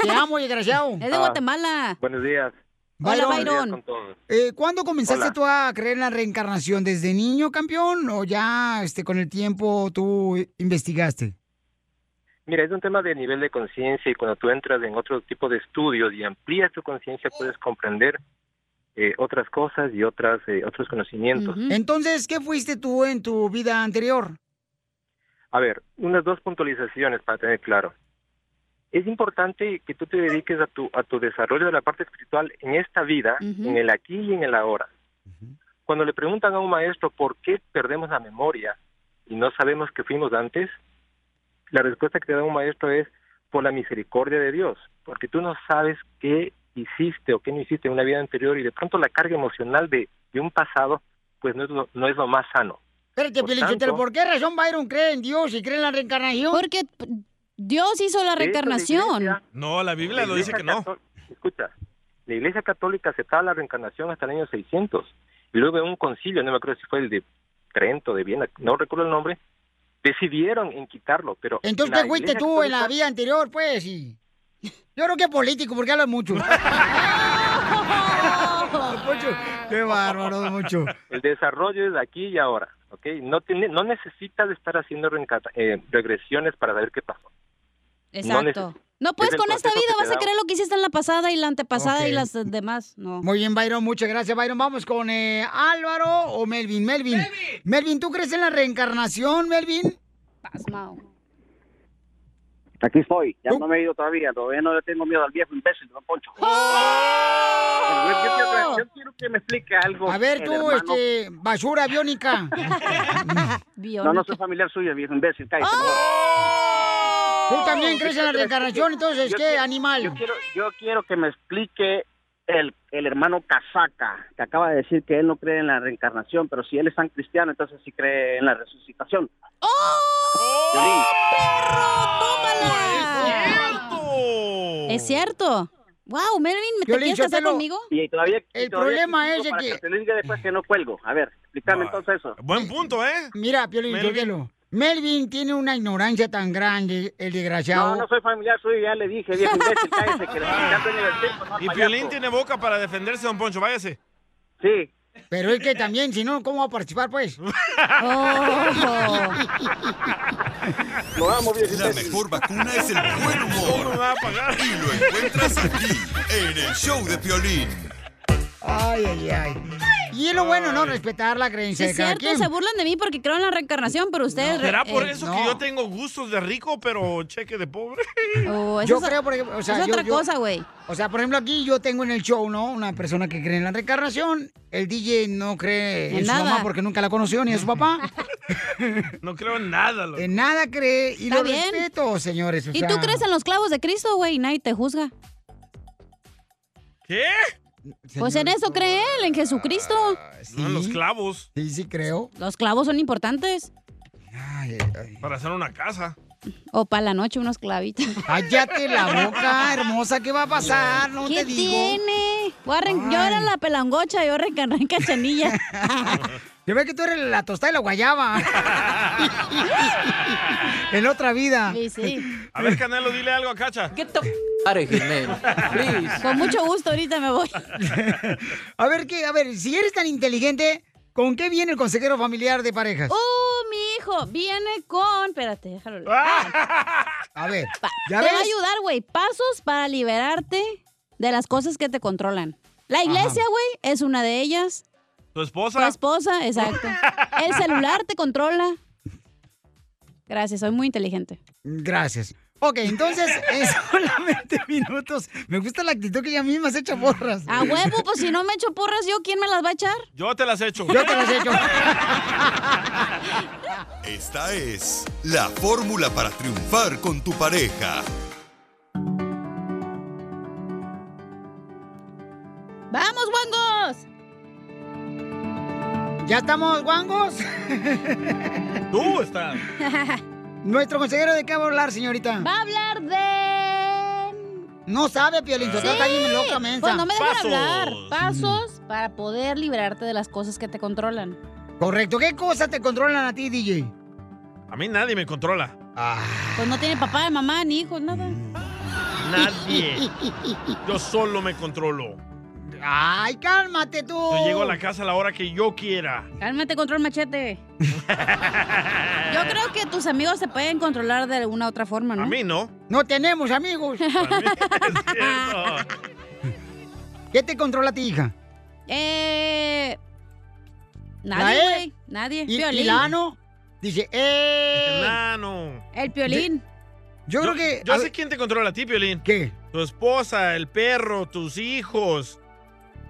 Speaker 4: Te amo, desgraciado.
Speaker 2: Es de Guatemala.
Speaker 9: Ah, Buenos días.
Speaker 4: Byron.
Speaker 9: Buenos días con todos.
Speaker 4: Eh, ¿Cuándo comenzaste
Speaker 9: Hola.
Speaker 4: tú a creer en la reencarnación? ¿Desde niño, campeón? ¿O ya este, con el tiempo tú investigaste?
Speaker 9: Mira, es un tema de nivel de conciencia y cuando tú entras en otro tipo de estudios y amplías tu conciencia puedes comprender eh, otras cosas y otras eh, otros conocimientos.
Speaker 4: Entonces, ¿qué fuiste tú en tu vida anterior?
Speaker 9: A ver, unas dos puntualizaciones para tener claro. Es importante que tú te dediques a tu, a tu desarrollo de la parte espiritual en esta vida,
Speaker 20: Ujú.
Speaker 9: en el aquí y en el ahora. Cuando le preguntan a un maestro por qué perdemos la memoria y no sabemos qué fuimos antes, la respuesta que te da un maestro es por la misericordia de Dios, porque tú no sabes qué hiciste o qué no hiciste en una vida anterior y de pronto la carga emocional de, de un pasado pues no es lo, no es lo más sano.
Speaker 4: Espérate,
Speaker 9: Por
Speaker 4: Pielichotelo,
Speaker 9: Pues tanto-
Speaker 4: ¿por qué razón Byron cree en Dios y cree en la reencarnación?
Speaker 2: Porque Dios hizo la
Speaker 9: De hecho, la reencarnación. iglesia-
Speaker 3: No, la Biblia
Speaker 9: La
Speaker 3: lo dice que no.
Speaker 9: Iglesia Cató- Escucha, la Iglesia Católica aceptaba la reencarnación hasta el año 600. Y luego en un concilio, no me acuerdo si fue el de Trento, de Viena, no recuerdo el nombre, decidieron en quitarlo, pero...
Speaker 4: Entonces,
Speaker 9: la
Speaker 4: ¿qué fuiste
Speaker 9: Iglesia
Speaker 4: tú en la
Speaker 9: Católica-
Speaker 4: vida anterior, pues? Y... Yo creo que es político, porque habla
Speaker 9: [laughs]
Speaker 4: mucho. [laughs] Don Poncho, qué bárbaro, Don Poncho.
Speaker 9: El desarrollo es de aquí y ahora. ¿ok? No, tiene, no necesitas estar haciendo reencarna- eh, regresiones para saber qué pasó.
Speaker 2: Exacto.
Speaker 9: neces-
Speaker 2: No puedes
Speaker 9: es el
Speaker 2: con esta
Speaker 9: consejo
Speaker 2: vida,
Speaker 9: que te
Speaker 2: vas a
Speaker 9: da-
Speaker 2: creer lo que hiciste en la pasada y la antepasada
Speaker 4: Ok.
Speaker 2: y las demás. No.
Speaker 4: Muy bien, Byron, muchas gracias, Byron. Vamos con eh, Álvaro o Melvin. Melvin. Melvin, ¿tú crees en la reencarnación,
Speaker 9: Pues,
Speaker 4: Melvin?
Speaker 2: Pasmao.
Speaker 21: Aquí estoy, ya no me he ido todavía, todavía no le tengo miedo al viejo imbécil, don Poncho.
Speaker 9: Yo, quiero, yo quiero que me explique algo.
Speaker 4: ¡Oh! A ver,
Speaker 21: El
Speaker 4: tú,
Speaker 21: hermano-
Speaker 4: este, basura
Speaker 9: [laughs]
Speaker 4: aviónica.
Speaker 21: No, no soy familiar suyo, viejo imbécil, cállate.
Speaker 4: ¿Tú también crees en la reencarnación? Entonces,
Speaker 21: Yo
Speaker 4: ¿qué
Speaker 21: quiero-
Speaker 4: animal?
Speaker 21: Yo quiero, yo quiero que me explique el, el hermano Casaca, que acaba de decir que él no cree en la reencarnación, pero si él es tan cristiano, entonces sí cree en la resucitación.
Speaker 2: ¡Oh!
Speaker 21: Piolín,
Speaker 2: Es cierto. Wow, Melvin, ¿me te
Speaker 21: Piolín,
Speaker 2: quieres
Speaker 21: yo
Speaker 2: casar
Speaker 21: te lo-
Speaker 2: conmigo?
Speaker 21: Y todavía,
Speaker 4: El
Speaker 21: y todavía
Speaker 4: problema
Speaker 21: critico
Speaker 4: es de
Speaker 21: para
Speaker 4: que- Ah.
Speaker 21: te diga después que no cuelgo. A ver, explícame entonces eso.
Speaker 3: Buen punto, ¿eh?
Speaker 4: Mira, Piolín,
Speaker 21: Melvin.
Speaker 4: Melvin. Melvin tiene una ignorancia tan grande, el desgraciado.
Speaker 21: No, no soy familiar suyo, ya le dije, viejo imbécil, cállese, que le ya dueño del tiempo, no al
Speaker 3: Y
Speaker 21: payaso.
Speaker 3: Piolín tiene boca para defenderse, don Poncho, váyase.
Speaker 21: Sí.
Speaker 4: Pero es que también, si no, ¿cómo va a participar,
Speaker 3: [laughs]
Speaker 4: pues?
Speaker 3: Oh.
Speaker 6: La mejor vacuna es el buen humor. Y lo encuentras aquí, en el show de Piolín.
Speaker 4: Ay, ay, ay. Y es lo bueno, ¿no? Respetar la creencia
Speaker 2: Es
Speaker 4: de cada
Speaker 2: cierto,
Speaker 4: quien.
Speaker 2: se burlan de mí porque creo en la reencarnación, pero ustedes...
Speaker 3: ¿Será
Speaker 2: eh,
Speaker 3: por eso
Speaker 2: no.
Speaker 3: que yo tengo gustos de rico, pero cheque de pobre?
Speaker 2: Oh, eso
Speaker 4: yo
Speaker 2: es-
Speaker 4: creo, por ejemplo, o sea,
Speaker 2: es
Speaker 4: yo-
Speaker 2: otra
Speaker 4: yo-
Speaker 2: cosa, güey.
Speaker 4: O sea, por ejemplo, aquí yo tengo en el show, ¿no? Una persona que cree en la reencarnación. El DJ no cree en,
Speaker 3: En
Speaker 4: su
Speaker 3: nada.
Speaker 4: mamá porque nunca la conoció ni a su papá.
Speaker 3: [laughs] No creo en nada, loco.
Speaker 4: En nada cree y
Speaker 2: Está
Speaker 4: lo
Speaker 2: bien.
Speaker 4: respeto, señores. o
Speaker 2: Y
Speaker 4: sea.
Speaker 2: tú crees en los clavos de Cristo, güey, y nadie te juzga.
Speaker 3: ¿Qué?
Speaker 2: Pues en eso cree él, en Jesucristo.
Speaker 3: No, en los clavos.
Speaker 4: Sí, sí creo.
Speaker 2: Los clavos son importantes.
Speaker 3: Para hacer una casa.
Speaker 2: O para la noche
Speaker 4: [laughs]
Speaker 2: unos clavitos.
Speaker 4: Cállate la boca, hermosa. ¿Qué va a pasar? No
Speaker 2: ¿Qué
Speaker 4: te digo.
Speaker 2: tiene? Voy a re- Yo era la pelangocha, yo reencarné en cachanilla.
Speaker 4: [laughs] Yo veo que tú eres la tostada de la
Speaker 2: [laughs]
Speaker 4: guayaba. en otra vida.
Speaker 2: Sí, sí.
Speaker 3: A ver, Canelo, dile algo a Cacha.
Speaker 2: Con mucho gusto, ahorita me voy.
Speaker 4: [laughs] A ver, ¿qué? A ver, si eres tan inteligente, ¿con qué viene el consejero familiar de parejas?
Speaker 2: Uh, mi hijo viene con. Espérate, déjalo. Ah,
Speaker 4: A ver,
Speaker 2: te
Speaker 4: Ah, ¿ya ves?
Speaker 2: va a ayudar, güey. Pasos para liberarte de las cosas que te controlan. La iglesia,
Speaker 3: Ajá.
Speaker 2: güey, es una de ellas.
Speaker 3: ¿Tu
Speaker 2: Tu
Speaker 3: esposa?
Speaker 4: [laughs]
Speaker 2: esposa, exacto. El celular te controla. Gracias, soy muy inteligente.
Speaker 4: Gracias. Ok, entonces es [laughs] solamente minutos. Me gusta la actitud que ella misma se echa porras.
Speaker 2: A huevo, pues si no me echo porras, ¿yo quién me las va a echar?
Speaker 3: Yo te las echo.
Speaker 4: Yo te las echo.
Speaker 6: Esta es la fórmula para triunfar con tu pareja.
Speaker 2: ¡Vamos, guangos!
Speaker 4: ¿Ya estamos, guangos?
Speaker 3: [laughs] Tú estás.
Speaker 4: [laughs] Nuestro consejero de qué va a hablar, señorita.
Speaker 2: Va a hablar de.
Speaker 4: No sabe, Piolín. Sotelo, está bien loca, mensa.
Speaker 2: Pues no me dejan hablar.
Speaker 3: Mm.
Speaker 2: Pasos para poder liberarte de las cosas que te controlan.
Speaker 4: Correcto. ¿Qué cosas te controlan a ti, DJ?
Speaker 3: A mí nadie me controla.
Speaker 4: Ah.
Speaker 2: Pues no tiene papá, mamá, ni hijos, nada. [laughs]
Speaker 3: Nadie. Yo solo me controlo.
Speaker 4: Ay, cálmate tú.
Speaker 3: Yo llego a la casa a la hora que yo quiera.
Speaker 2: Cálmate,
Speaker 3: [laughs]
Speaker 2: control machete. Yo creo que tus amigos se pueden controlar de alguna otra forma, ¿no?
Speaker 3: A mí no.
Speaker 4: No tenemos amigos. [laughs] ¿Qué te controla a ti, hija?
Speaker 2: eh.
Speaker 4: ¿La
Speaker 2: Nadie,
Speaker 4: E?
Speaker 2: güey. Nadie.
Speaker 4: ¿Y,
Speaker 2: Piolín.
Speaker 4: y la ano? Dice, ¡eh!
Speaker 3: Nano.
Speaker 2: El piolín.
Speaker 4: Yo, creo que.
Speaker 3: Yo
Speaker 4: a
Speaker 3: sé
Speaker 4: ver,
Speaker 3: quién te controla a ti, Piolín.
Speaker 4: ¿Qué?
Speaker 3: Tu esposa, el perro, tus hijos.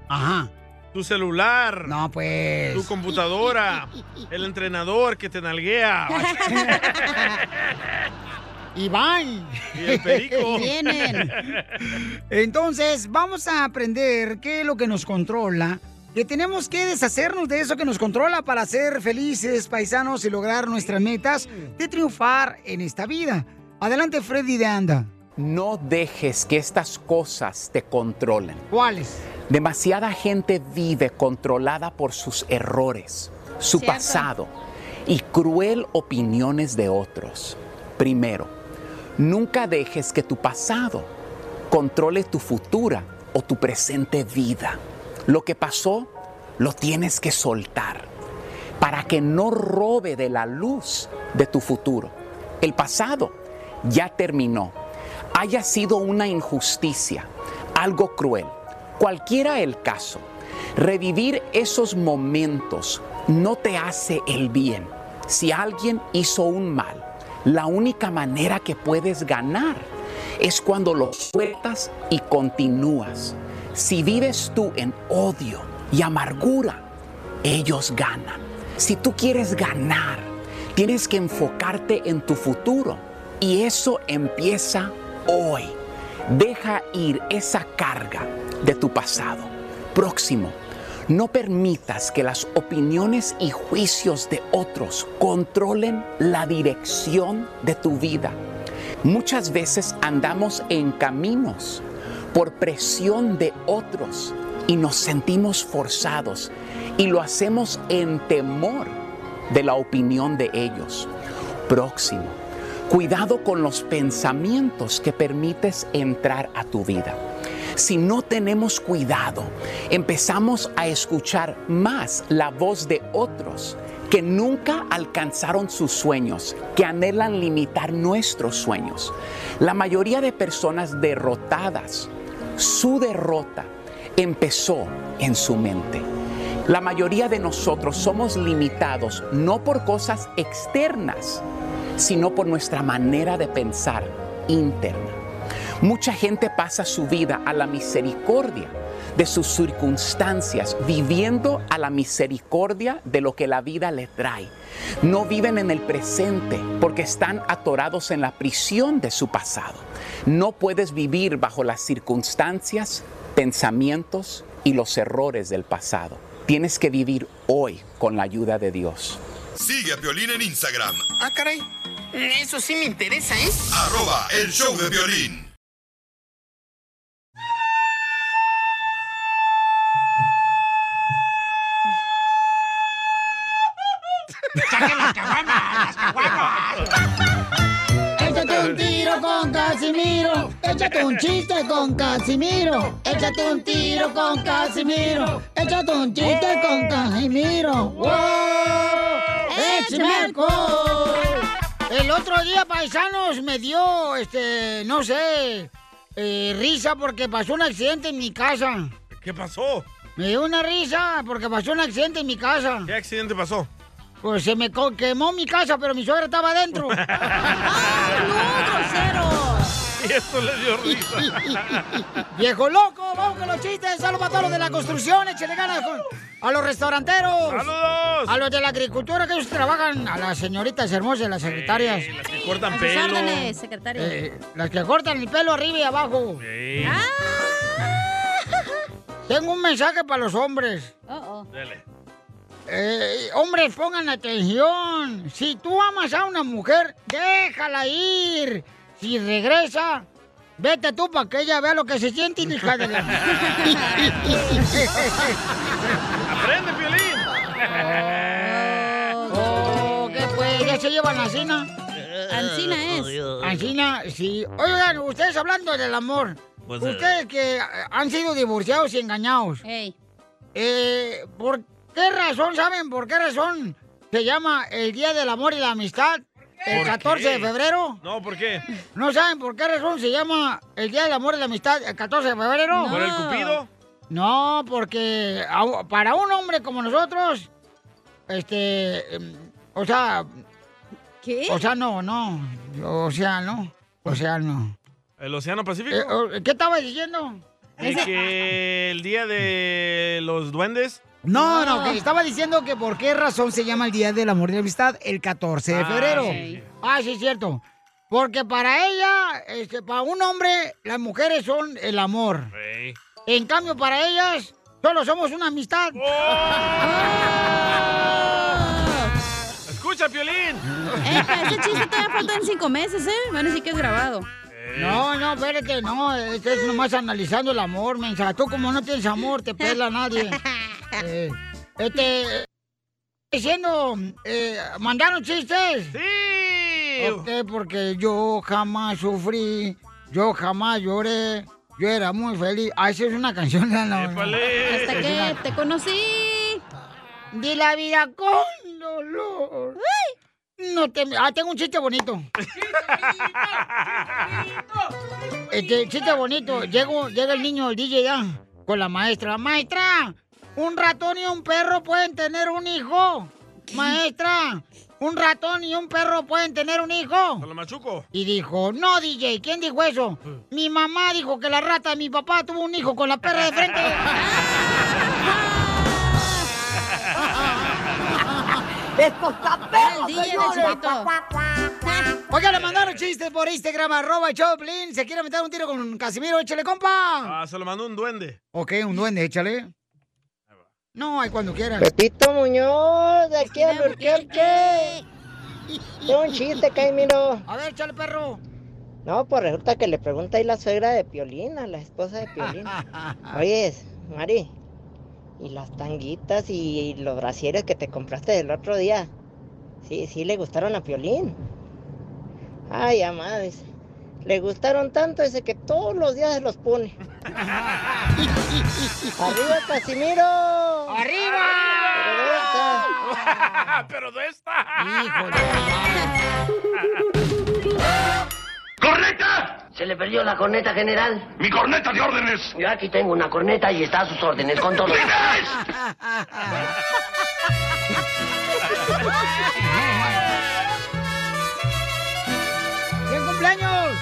Speaker 4: Ajá.
Speaker 3: Tu celular.
Speaker 4: No, pues.
Speaker 3: Tu computadora. El entrenador que te
Speaker 4: [laughs]
Speaker 3: nalguea.
Speaker 4: Iván.
Speaker 3: Y el
Speaker 4: [laughs]
Speaker 2: [laughs]
Speaker 3: perico.
Speaker 5: [laughs]
Speaker 4: Entonces, vamos a aprender qué es lo que nos controla. Que tenemos que deshacernos de eso que nos controla para ser felices, paisanos, y lograr nuestras metas de triunfar en esta vida. Adelante, Freddy de Anda.
Speaker 22: No dejes que estas cosas te controlen.
Speaker 4: ¿Cuáles?
Speaker 22: Demasiada gente vive controlada por sus errores, su
Speaker 4: Cierto.
Speaker 22: pasado y cruel opiniones de otros. Primero, nunca dejes que tu pasado controle tu futura o tu presente vida. Lo que pasó, lo tienes que soltar. para que no robe de la luz de tu futuro. El pasado ya terminó. Haya sido una injusticia, algo cruel, cualquiera el caso. Revivir esos momentos no te hace el bien. Si alguien hizo un mal, la única manera que puedes ganar es cuando lo sueltas y continúas. Si vives tú en odio y amargura, ellos ganan. Si tú quieres ganar, tienes que enfocarte en tu futuro. Y eso empieza hoy. Deja ir esa carga de tu pasado. Próximo, no permitas que las opiniones y juicios de otros controlen la dirección de tu vida. Muchas veces andamos en caminos por presión de otros y nos sentimos forzados y lo hacemos en temor de la opinión de ellos. Próximo, cuidado con los pensamientos que permites entrar a tu vida. Si no tenemos cuidado, empezamos a escuchar más la voz de otros que nunca alcanzaron sus sueños, que anhelan limitar nuestros sueños. La mayoría de personas derrotadas, su derrota empezó en su mente. La mayoría de nosotros somos limitados no por cosas externas, sino por nuestra manera de pensar interna. Mucha gente pasa su vida a la misericordia de sus circunstancias, viviendo a la misericordia de lo que la vida le trae. No viven en el presente porque están atorados en la prisión de su pasado. No puedes vivir bajo las circunstancias, pensamientos y los errores del pasado. Tienes que vivir hoy con la ayuda de Dios.
Speaker 6: Sigue a Violín en Instagram.
Speaker 10: Ah, caray. Eso sí me interesa, ¿eh?
Speaker 6: Arroba el show de violín.
Speaker 10: ¡Saquen las caguamas! ¡Las
Speaker 4: Échate un tiro con Casimiro. Échate un chiste con Casimiro. Échate un tiro con Casimiro. Échate un chiste con Casimiro. ¡Wow! ¡Échame alcohol! El otro día, paisanos, me dio, este, no sé, eh, risa porque pasó un accidente en mi casa.
Speaker 5: ¿Qué pasó?
Speaker 4: Me dio una risa porque pasó un accidente en mi casa.
Speaker 5: ¿Qué accidente pasó?
Speaker 4: Pues se me co- quemó mi casa, pero mi suegra
Speaker 5: [laughs]
Speaker 4: estaba adentro.
Speaker 5: Y esto le dio risa.
Speaker 4: ¡Viejo loco! ¡Vamos con los chistes! ¡Saludos para todos los de la construcción! ¡Échale ganas con- a los restauranteros!
Speaker 5: ¡Saludos!
Speaker 4: A los de la agricultura que ellos trabajan, a las señoritas hermosas, las secretarias.
Speaker 5: Eh, las que cortan
Speaker 4: A sus
Speaker 5: pelo.
Speaker 4: órdenes,
Speaker 2: secretario.
Speaker 4: Eh, las que cortan el pelo arriba y abajo.
Speaker 5: Sí.
Speaker 4: Ah. Tengo un mensaje para los hombres.
Speaker 5: Dale.
Speaker 4: Eh, hombres, pongan atención. Si tú amas a una mujer, déjala ir. Si regresa, vete tú para que ella vea lo que se siente, hija [laughs] de la...
Speaker 5: ¡Aprende, Piolín!
Speaker 4: Oh, ¿qué pues? ¿Ya se llevan la cena?
Speaker 2: Ancina es.
Speaker 4: Ancina, sí. Oigan, ustedes hablando del amor.
Speaker 2: Pues, eh.
Speaker 4: ustedes que eh, han sido divorciados y engañados. Eh, ¿Por qué razón, saben por qué razón se llama el Día del Amor y la Amistad? El
Speaker 5: ¿Por
Speaker 4: 14
Speaker 5: qué?
Speaker 4: de febrero.
Speaker 5: No, ¿por qué?
Speaker 4: ¿No saben por qué razón se llama el Día del Amor y la Amistad el 14 de febrero?
Speaker 5: ¿Por el cupido?
Speaker 4: No, porque a- para un hombre como nosotros, este, em, o sea...
Speaker 2: ¿Qué?
Speaker 4: O sea, no, no. O sea, no. O sea, no.
Speaker 5: ¿El Océano Pacífico?
Speaker 4: Eh, o- ¿Qué estaba diciendo?
Speaker 5: ¿Y que el día de los duendes?
Speaker 4: No, no, que estaba diciendo que por qué razón se llama el Día del Amor y la Amistad el 14 de
Speaker 5: Ah,
Speaker 4: febrero.
Speaker 5: sí, sí.
Speaker 4: Ah, sí, es cierto. Porque para ella, este, para un hombre, las mujeres son el amor.
Speaker 5: Ey.
Speaker 4: En cambio, para ellas, solo somos una amistad.
Speaker 5: ¡Escucha, Piolín!
Speaker 2: Epa, ese Eh, chiste todavía faltan cinco meses, ¿eh? Van a decir que es grabado.
Speaker 5: [laughs]
Speaker 4: No, no, espérate, no, este es nomás analizando el amor, mensa. Tú como no tienes amor, te pela nadie. Eh, este, eh, diciendo, eh, ¿mandaron chistes?
Speaker 5: ¡Sí!
Speaker 4: porque yo jamás sufrí, yo jamás lloré, yo era muy feliz. Ah, esa es una canción, ¿no? no, no.
Speaker 2: Hasta que te conocí.
Speaker 4: de la vida con dolor. No te... Ah, tengo un [laughs] chiste bonito. Este, chiste bonito. Llego- llega el niño, el DJ ya, con la maestra. Maestra, un ratón y un perro pueden tener un hijo. Maestra, un ratón y un perro pueden tener un hijo.
Speaker 3: Lo machuco.
Speaker 4: Y dijo, no, DJ, ¿quién dijo eso? Mi mamá dijo que la rata de mi papá tuvo un hijo con la perra de [laughs] frente.
Speaker 5: ¡Esto está perro,
Speaker 4: DJ del chiquito. Oiga, le mandaron chistes por Instagram, arroba Choplin. ¿Se quiere meter un tiro con Casimiro? Échale, compa.
Speaker 3: Ah, se lo mandó un duende.
Speaker 4: Ok, un duende, échale. No, hay cuando quiera.
Speaker 23: Pepito Muñoz, de aquí a Burquerque. Tengo un chiste, Caimiro.
Speaker 4: A ver, échale, perro.
Speaker 23: No, pues resulta que le pregunta ahí la suegra de Piolín, a la esposa
Speaker 4: [laughs]
Speaker 23: de Piolín. Oye, Mari, ¿y las tanguitas y los brasieres que te compraste el otro día? Sí, sí le gustaron a Piolín. Ay, amados. Le gustaron tanto ese que todos los días se los pone. ¡Arriba, Casimiro!
Speaker 4: ¡Arriba!
Speaker 1: Pero de esta.
Speaker 24: ¡Corneta! Se le perdió la corneta, general. ¡Mi corneta de órdenes! Yo aquí tengo una corneta y está a sus órdenes, con todo.
Speaker 4: [laughs] ¡Bien cumpleaños!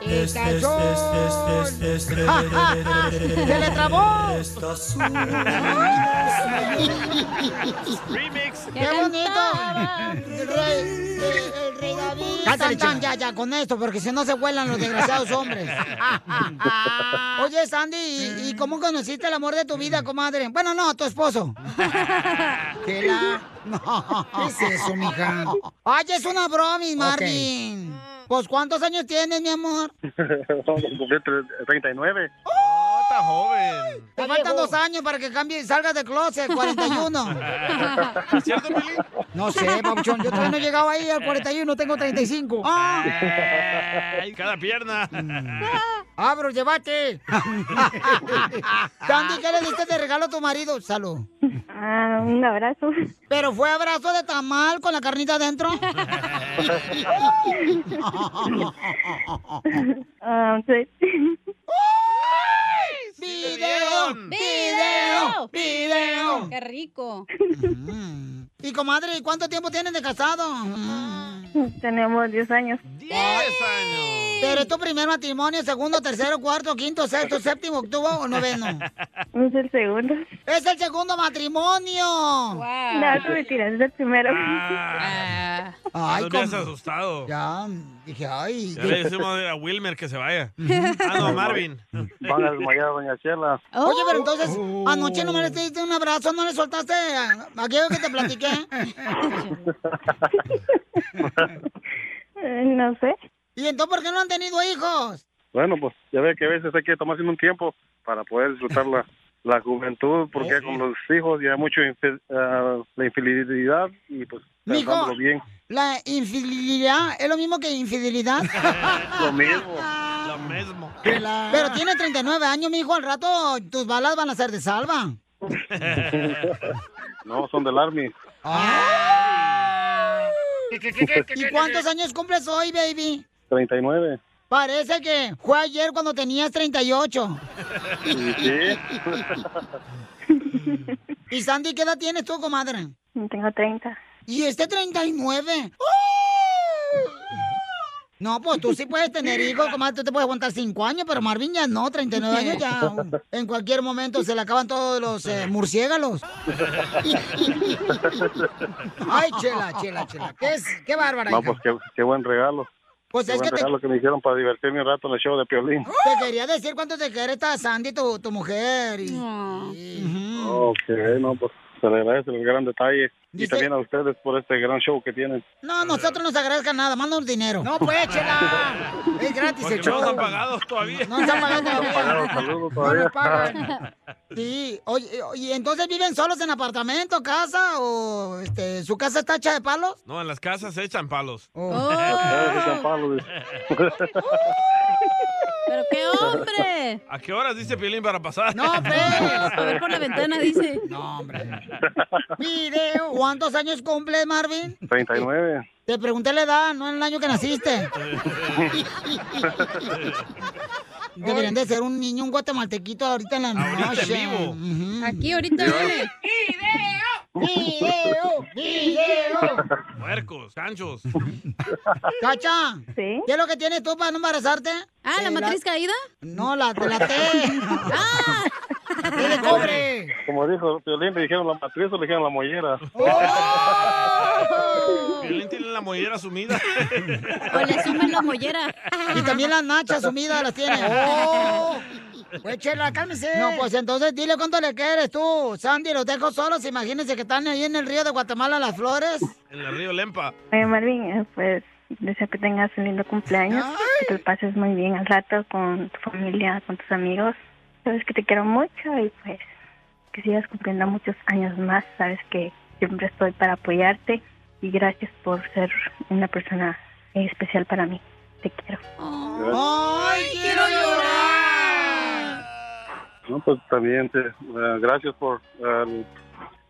Speaker 4: Este, ¡Estación! [laughs] ¡Se le trabó!
Speaker 1: Remix.
Speaker 4: ¡Qué bonito! El rey, el- el rey David. Tan, tan, ya, ya, con esto, porque si no se vuelan los desgraciados [laughs] hombres. Oye, Sandy, ¿y, y cómo conociste el amor de tu vida, comadre? Bueno, no, tu [laughs] esposo. ¿Qué, la- No. ¿Qué es eso, mija? Ay, es una bromis, Marvin. Pues, ¿cuántos años tienes, mi amor?
Speaker 25: [laughs] Vamos a cumplir eh, tre-
Speaker 4: [laughs]
Speaker 25: 39.
Speaker 3: ¡Oh, está joven!
Speaker 4: Te faltan dos años para que cambie, salgas de closet, 41.
Speaker 25: [laughs]
Speaker 4: No sé, papuchón, yo todavía no he llegado ahí al 41, tengo 35. ¡Ah!
Speaker 3: Ay, cada pierna.
Speaker 4: Mm. ¡Abro, Ah, llévate! Sandy, ¿qué le diste de regalo a tu marido? Salud.
Speaker 23: Ah, un abrazo.
Speaker 4: ¿Pero fue abrazo de tamal con la carnita
Speaker 23: [laughs]
Speaker 4: adentro? [laughs]
Speaker 23: Ah, sí.
Speaker 4: ¡Video! ¡Video! ¡Video! [laughs]
Speaker 2: ¡Qué rico!
Speaker 4: Y comadre, ¿cuánto tiempo tienen de casado?
Speaker 23: Tenemos 10 años.
Speaker 4: ¿Pero es tu primer matrimonio, segundo, tercero, cuarto, quinto, sexto, séptimo, octavo o noveno?
Speaker 23: [laughs] Es el segundo.
Speaker 4: ¡Es el segundo matrimonio! Ah.
Speaker 23: No, tú me tiras, es el primero.
Speaker 5: Ah.
Speaker 2: Ah.
Speaker 3: Ay, me has
Speaker 4: com-
Speaker 3: asustado.
Speaker 4: Ya, dije, ay.
Speaker 3: Ya le decimos a Wilmer que se vaya. Ah,
Speaker 4: [laughs]
Speaker 3: no, Marvin.
Speaker 25: Van a desmayar a doña Chela.
Speaker 23: Oh.
Speaker 4: Oye,
Speaker 2: Oh.
Speaker 4: pero entonces, anoche nomás le diste un abrazo, ¿no le soltaste a- a aquello que te platiqué?
Speaker 23: [laughs] no sé.
Speaker 4: ¿Y entonces por qué no han tenido hijos?
Speaker 25: Bueno, pues ya ve que a veces hay que tomarse un tiempo para poder disfrutar la, la juventud,
Speaker 4: Oh,
Speaker 25: porque con los hijos ya mucho infi- ah, la infidelidad y pues
Speaker 4: Mijo.
Speaker 25: tratándolo
Speaker 4: [laughs]
Speaker 25: bien.
Speaker 4: ¿La infidelidad es lo mismo que infidelidad?
Speaker 25: [laughs] Lo mismo.
Speaker 3: Lo mismo.
Speaker 4: Pero tiene 39 años, mijo, al rato tus balas van a ser de salva.
Speaker 25: no, son del Army.
Speaker 4: Ah. ¿Y cuántos años cumples hoy, baby? [laughs]
Speaker 25: 39.
Speaker 4: Parece que fue ayer cuando tenías 38. [laughs]
Speaker 25: ¿Y sí?
Speaker 4: ¿Y Sandy, qué edad tienes tú, comadre?
Speaker 23: Tengo 30.
Speaker 4: ¿Y este 39? No, pues tú sí puedes tener hijos, comadre, tú te puedes aguantar 5 años, pero Marvin ya no, 39 años ya. En cualquier momento se le acaban todos los eh, murciélagos. Ay, chela, chela, chela. Qué, es, qué bárbara,
Speaker 25: No,
Speaker 4: hija.
Speaker 25: pues qué, qué buen regalo.
Speaker 4: Pues
Speaker 25: qué
Speaker 4: es
Speaker 25: buen
Speaker 4: que te-
Speaker 25: regalo que me hicieron para divertirme un rato en el show de Piolín.
Speaker 4: Te quería decir cuánto te quiere esta Sandy, tu, tu mujer. y- Mm.
Speaker 25: Ok, no, pues se le agradece el gran detalle. Y también a ustedes por este gran show que tienen.
Speaker 4: No, nosotros nos agradezcan nada, mándanos dinero. No, pues, chela. Es gratis
Speaker 3: Porque
Speaker 4: el
Speaker 3: no
Speaker 4: show.
Speaker 3: nos han pagado todavía.
Speaker 4: No nos han pagado todavía.
Speaker 25: Pagados, saludos todavía.
Speaker 4: Sí, oye, oye, entonces viven solos en apartamento, casa o este, su casa está hecha de palos.
Speaker 3: No, en las
Speaker 4: Oh.
Speaker 2: Oh.
Speaker 3: casas se echan palos.
Speaker 25: Eh, se echan palos, dice.
Speaker 2: ¡Pero qué hombre!
Speaker 3: [laughs] ¿A qué horas dice Piolín para pasar? [laughs]
Speaker 2: No, pues, a ver por la ventana, dice.
Speaker 4: No, hombre. Video, ¿cuántos años cumples, Marvin?
Speaker 25: 39.
Speaker 4: Te pregunté la edad, no el año que naciste. Deberían de ser un niño, un guatemaltequito ahorita en la noche.
Speaker 2: Aquí ahorita viene.
Speaker 4: ¡Video! ¡Video!
Speaker 3: Puercos,
Speaker 4: [laughs]
Speaker 2: [laughs]
Speaker 3: canchos.
Speaker 4: ¡Cacha! ¿Sí? ¿Qué es lo que tienes tú para no embarazarte? Eh,
Speaker 2: Ah, ¿la matriz caída?
Speaker 4: No, la, la T. [laughs] ¡Ah! ¡Tiene [laughs] cobre!
Speaker 25: Como dijo Piolín, le dijeron la matriz o le dijeron la mollera.
Speaker 3: Oh.
Speaker 4: Oh.
Speaker 3: Piolín tiene la mollera sumida.
Speaker 2: Pues le sumen la mollera.
Speaker 4: Y también las nachas sumidas las tiene. ¡Oh! Pues chela, cálmese. No, pues entonces dile cuánto le quieres tú. Sandy, los dejo solos. Imagínense que están ahí en el río de Guatemala las flores.
Speaker 3: En el río Lempa.
Speaker 15: Oye, Marvin, eh, pues deseo que tengas un lindo cumpleaños, que te lo pases muy bien al rato con tu familia, con tus amigos. Sabes que te quiero mucho y pues que sigas cumpliendo muchos años más. Sabes que siempre estoy para apoyarte y gracias por ser una persona eh, especial para mí. Te quiero.
Speaker 4: ¡Ay, quiero llorar!
Speaker 25: [laughs] No, pues también te- eh, gracias por eh,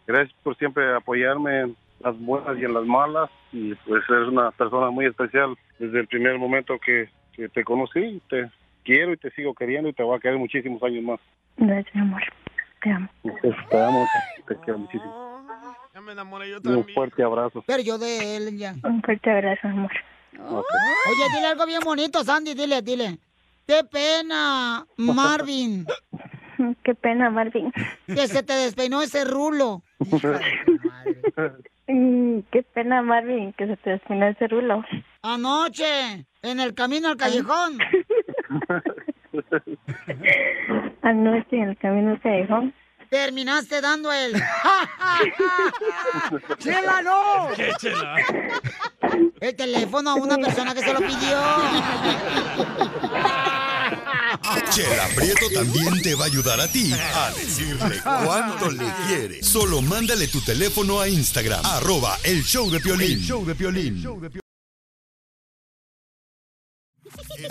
Speaker 25: gracias por siempre apoyarme en las buenas y en las malas y pues eres una persona muy especial desde el primer momento que, que te conocí te quiero y te sigo queriendo y te voy a querer muchísimos años más
Speaker 15: Gracias, mi amor. Te amo.
Speaker 25: Entonces, te amo te quiero muchísimo Y un fuerte abrazo
Speaker 4: Pero yo de él ya.
Speaker 15: Un fuerte abrazo, amor.
Speaker 4: Oh. Oye, dile algo bien bonito, Sandy. Dile, dile. ¡Qué pena, Marvin!
Speaker 15: Qué pena, Marvin.
Speaker 4: Que se te despeinó ese rulo.
Speaker 15: Mm, Qué pena, Marvin, que se te despinó ese rulo.
Speaker 4: Anoche, en el camino al callejón.
Speaker 15: Anoche en el camino se dejó.
Speaker 4: Terminaste dando el. ¡Ja, ja, ja! ¡Chela, no!
Speaker 5: ¿Qué, Chela?
Speaker 4: El teléfono a una persona que se lo pidió.
Speaker 6: Chela Prieto también te va a ayudar a ti a decirle cuánto le quiere. Solo mándale tu teléfono a Instagram, arroba el show de Piolín. show de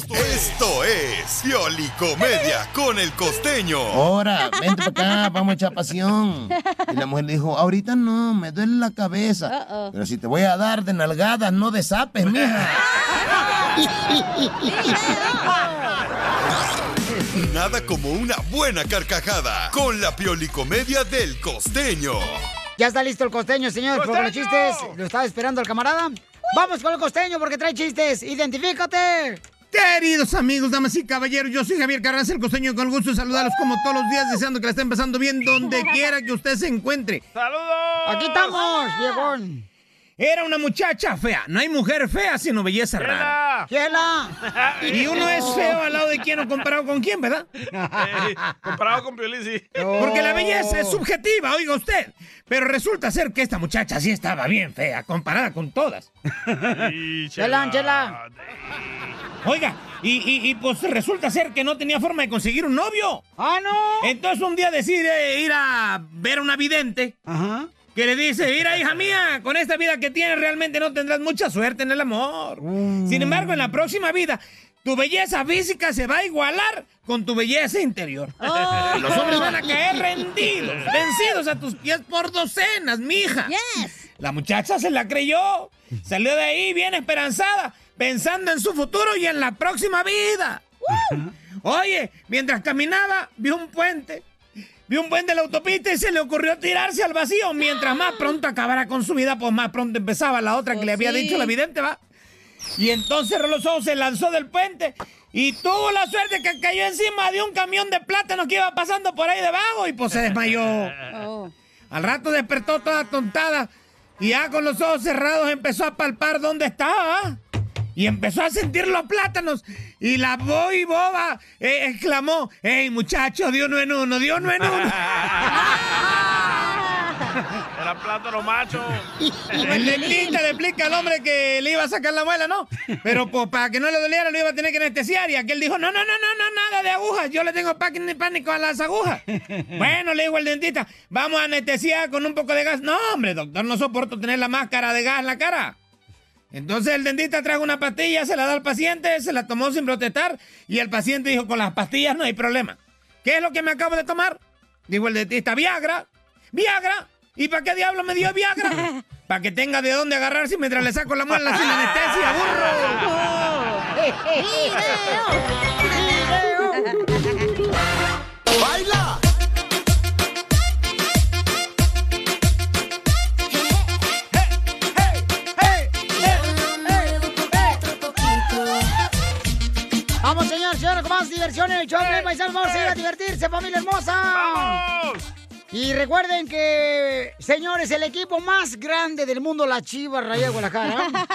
Speaker 6: Esto es Pioli Comedia con el costeño.
Speaker 17: Ahora, vente para acá, vamos a echar pasión. Y la mujer le dijo, ahorita no, me duele la cabeza. Pero si te voy a dar de nalgadas, no de zapes, mija. [laughs]
Speaker 6: Nada como una buena carcajada con la Pioli Comedia del costeño.
Speaker 4: Ya está listo el costeño, señor. Por favor, los chistes. Lo estaba esperando el camarada. Vamos con el costeño porque trae chistes. ¡Identifícate!
Speaker 10: Queridos Pues, amigos, damas y caballeros, yo soy Javier Carranza, el costeño, y con el gusto de saludarlos como todos los días, deseando que la estén pasando bien
Speaker 3: [laughs]
Speaker 10: donde quiera que usted se encuentre.
Speaker 3: ¡Saludos!
Speaker 10: ¡Aquí
Speaker 4: estamos, viejón!
Speaker 10: Era una muchacha fea. No hay mujer fea, sino belleza rara.
Speaker 4: ¡Chela!
Speaker 10: Y uno es feo al
Speaker 3: [laughs]
Speaker 10: lado de quién o comparado con quién, ¿verdad?
Speaker 3: Eh, comparado con Piolín, sí.
Speaker 10: Porque la belleza es subjetiva, oiga usted. Pero resulta ser que esta muchacha sí estaba bien fea, comparada con todas.
Speaker 4: Chela, chela.
Speaker 10: Oiga, y, y- y, pues resulta ser que no tenía forma de conseguir un novio.
Speaker 4: ¡Ah, no!
Speaker 10: Entonces un día decide ir a ver a una vidente. Que le dice, mira hija mía, con esta vida que tienes realmente no tendrás mucha suerte en el amor.
Speaker 4: Mm.
Speaker 10: Sin embargo, en la próxima vida, tu belleza física se va a igualar con tu belleza interior.
Speaker 5: Oh.
Speaker 10: Y [laughs] Los hombres van a caer [laughs] rendidos, vencidos a tus pies por docenas, mija. La muchacha se la creyó. Salió de ahí bien esperanzada, pensando en su futuro y en la próxima vida. Oye, mientras caminaba, vio un puente. Vio un puente en la autopista y se le ocurrió tirarse al vacío. Mientras más pronto acabara con su vida, pues más pronto empezaba la otra que le había
Speaker 5: sí.
Speaker 10: dicho la vidente, va. Y entonces cerró los ojos, se lanzó del puente y tuvo la suerte que cayó encima de un camión de plátanos que iba pasando por ahí debajo y pues se desmayó.
Speaker 2: Oh.
Speaker 10: Al rato despertó toda tontada y ya con los ojos cerrados empezó a palpar dónde estaba. Y empezó a sentir los plátanos. Y la boy boba eh, exclamó, ¡Ey, muchacho, Dios no en uno, Dios no en uno!
Speaker 3: Era plátano
Speaker 10: [laughs]
Speaker 3: macho.
Speaker 10: El dentista le explica al hombre que le iba a sacar la muela, ¿no? Pero pues para que no le doliera lo iba a tener que anestesiar. Y aquel dijo, no, no, no, no, no, nada de agujas. Yo le tengo paqui- pánico a las agujas. [laughs] Bueno, le dijo el dentista, vamos a anestesiar con un poco de gas. No, hombre, doctor, no soporto tener la máscara de gas en la cara. Entonces el dentista trajo una pastilla, se la da al paciente, se la tomó sin protestar y el paciente dijo, con las pastillas no hay problema. ¿Qué es lo que me acabo de tomar? Dijo el dentista, Viagra. Viagra. ¿Y para qué diablo me dio Viagra? Para que tenga de dónde agarrarse mientras le saco la muela sin anestesia, burro.
Speaker 13: ¡Baila!
Speaker 4: Vamos, señor, señora, con más diversión en el show. de paisanos, vamos a ir a divertirse, familia hermosa. Y recuerden que, señores, el equipo más grande del mundo, la Chiva Raya de Guadalajara.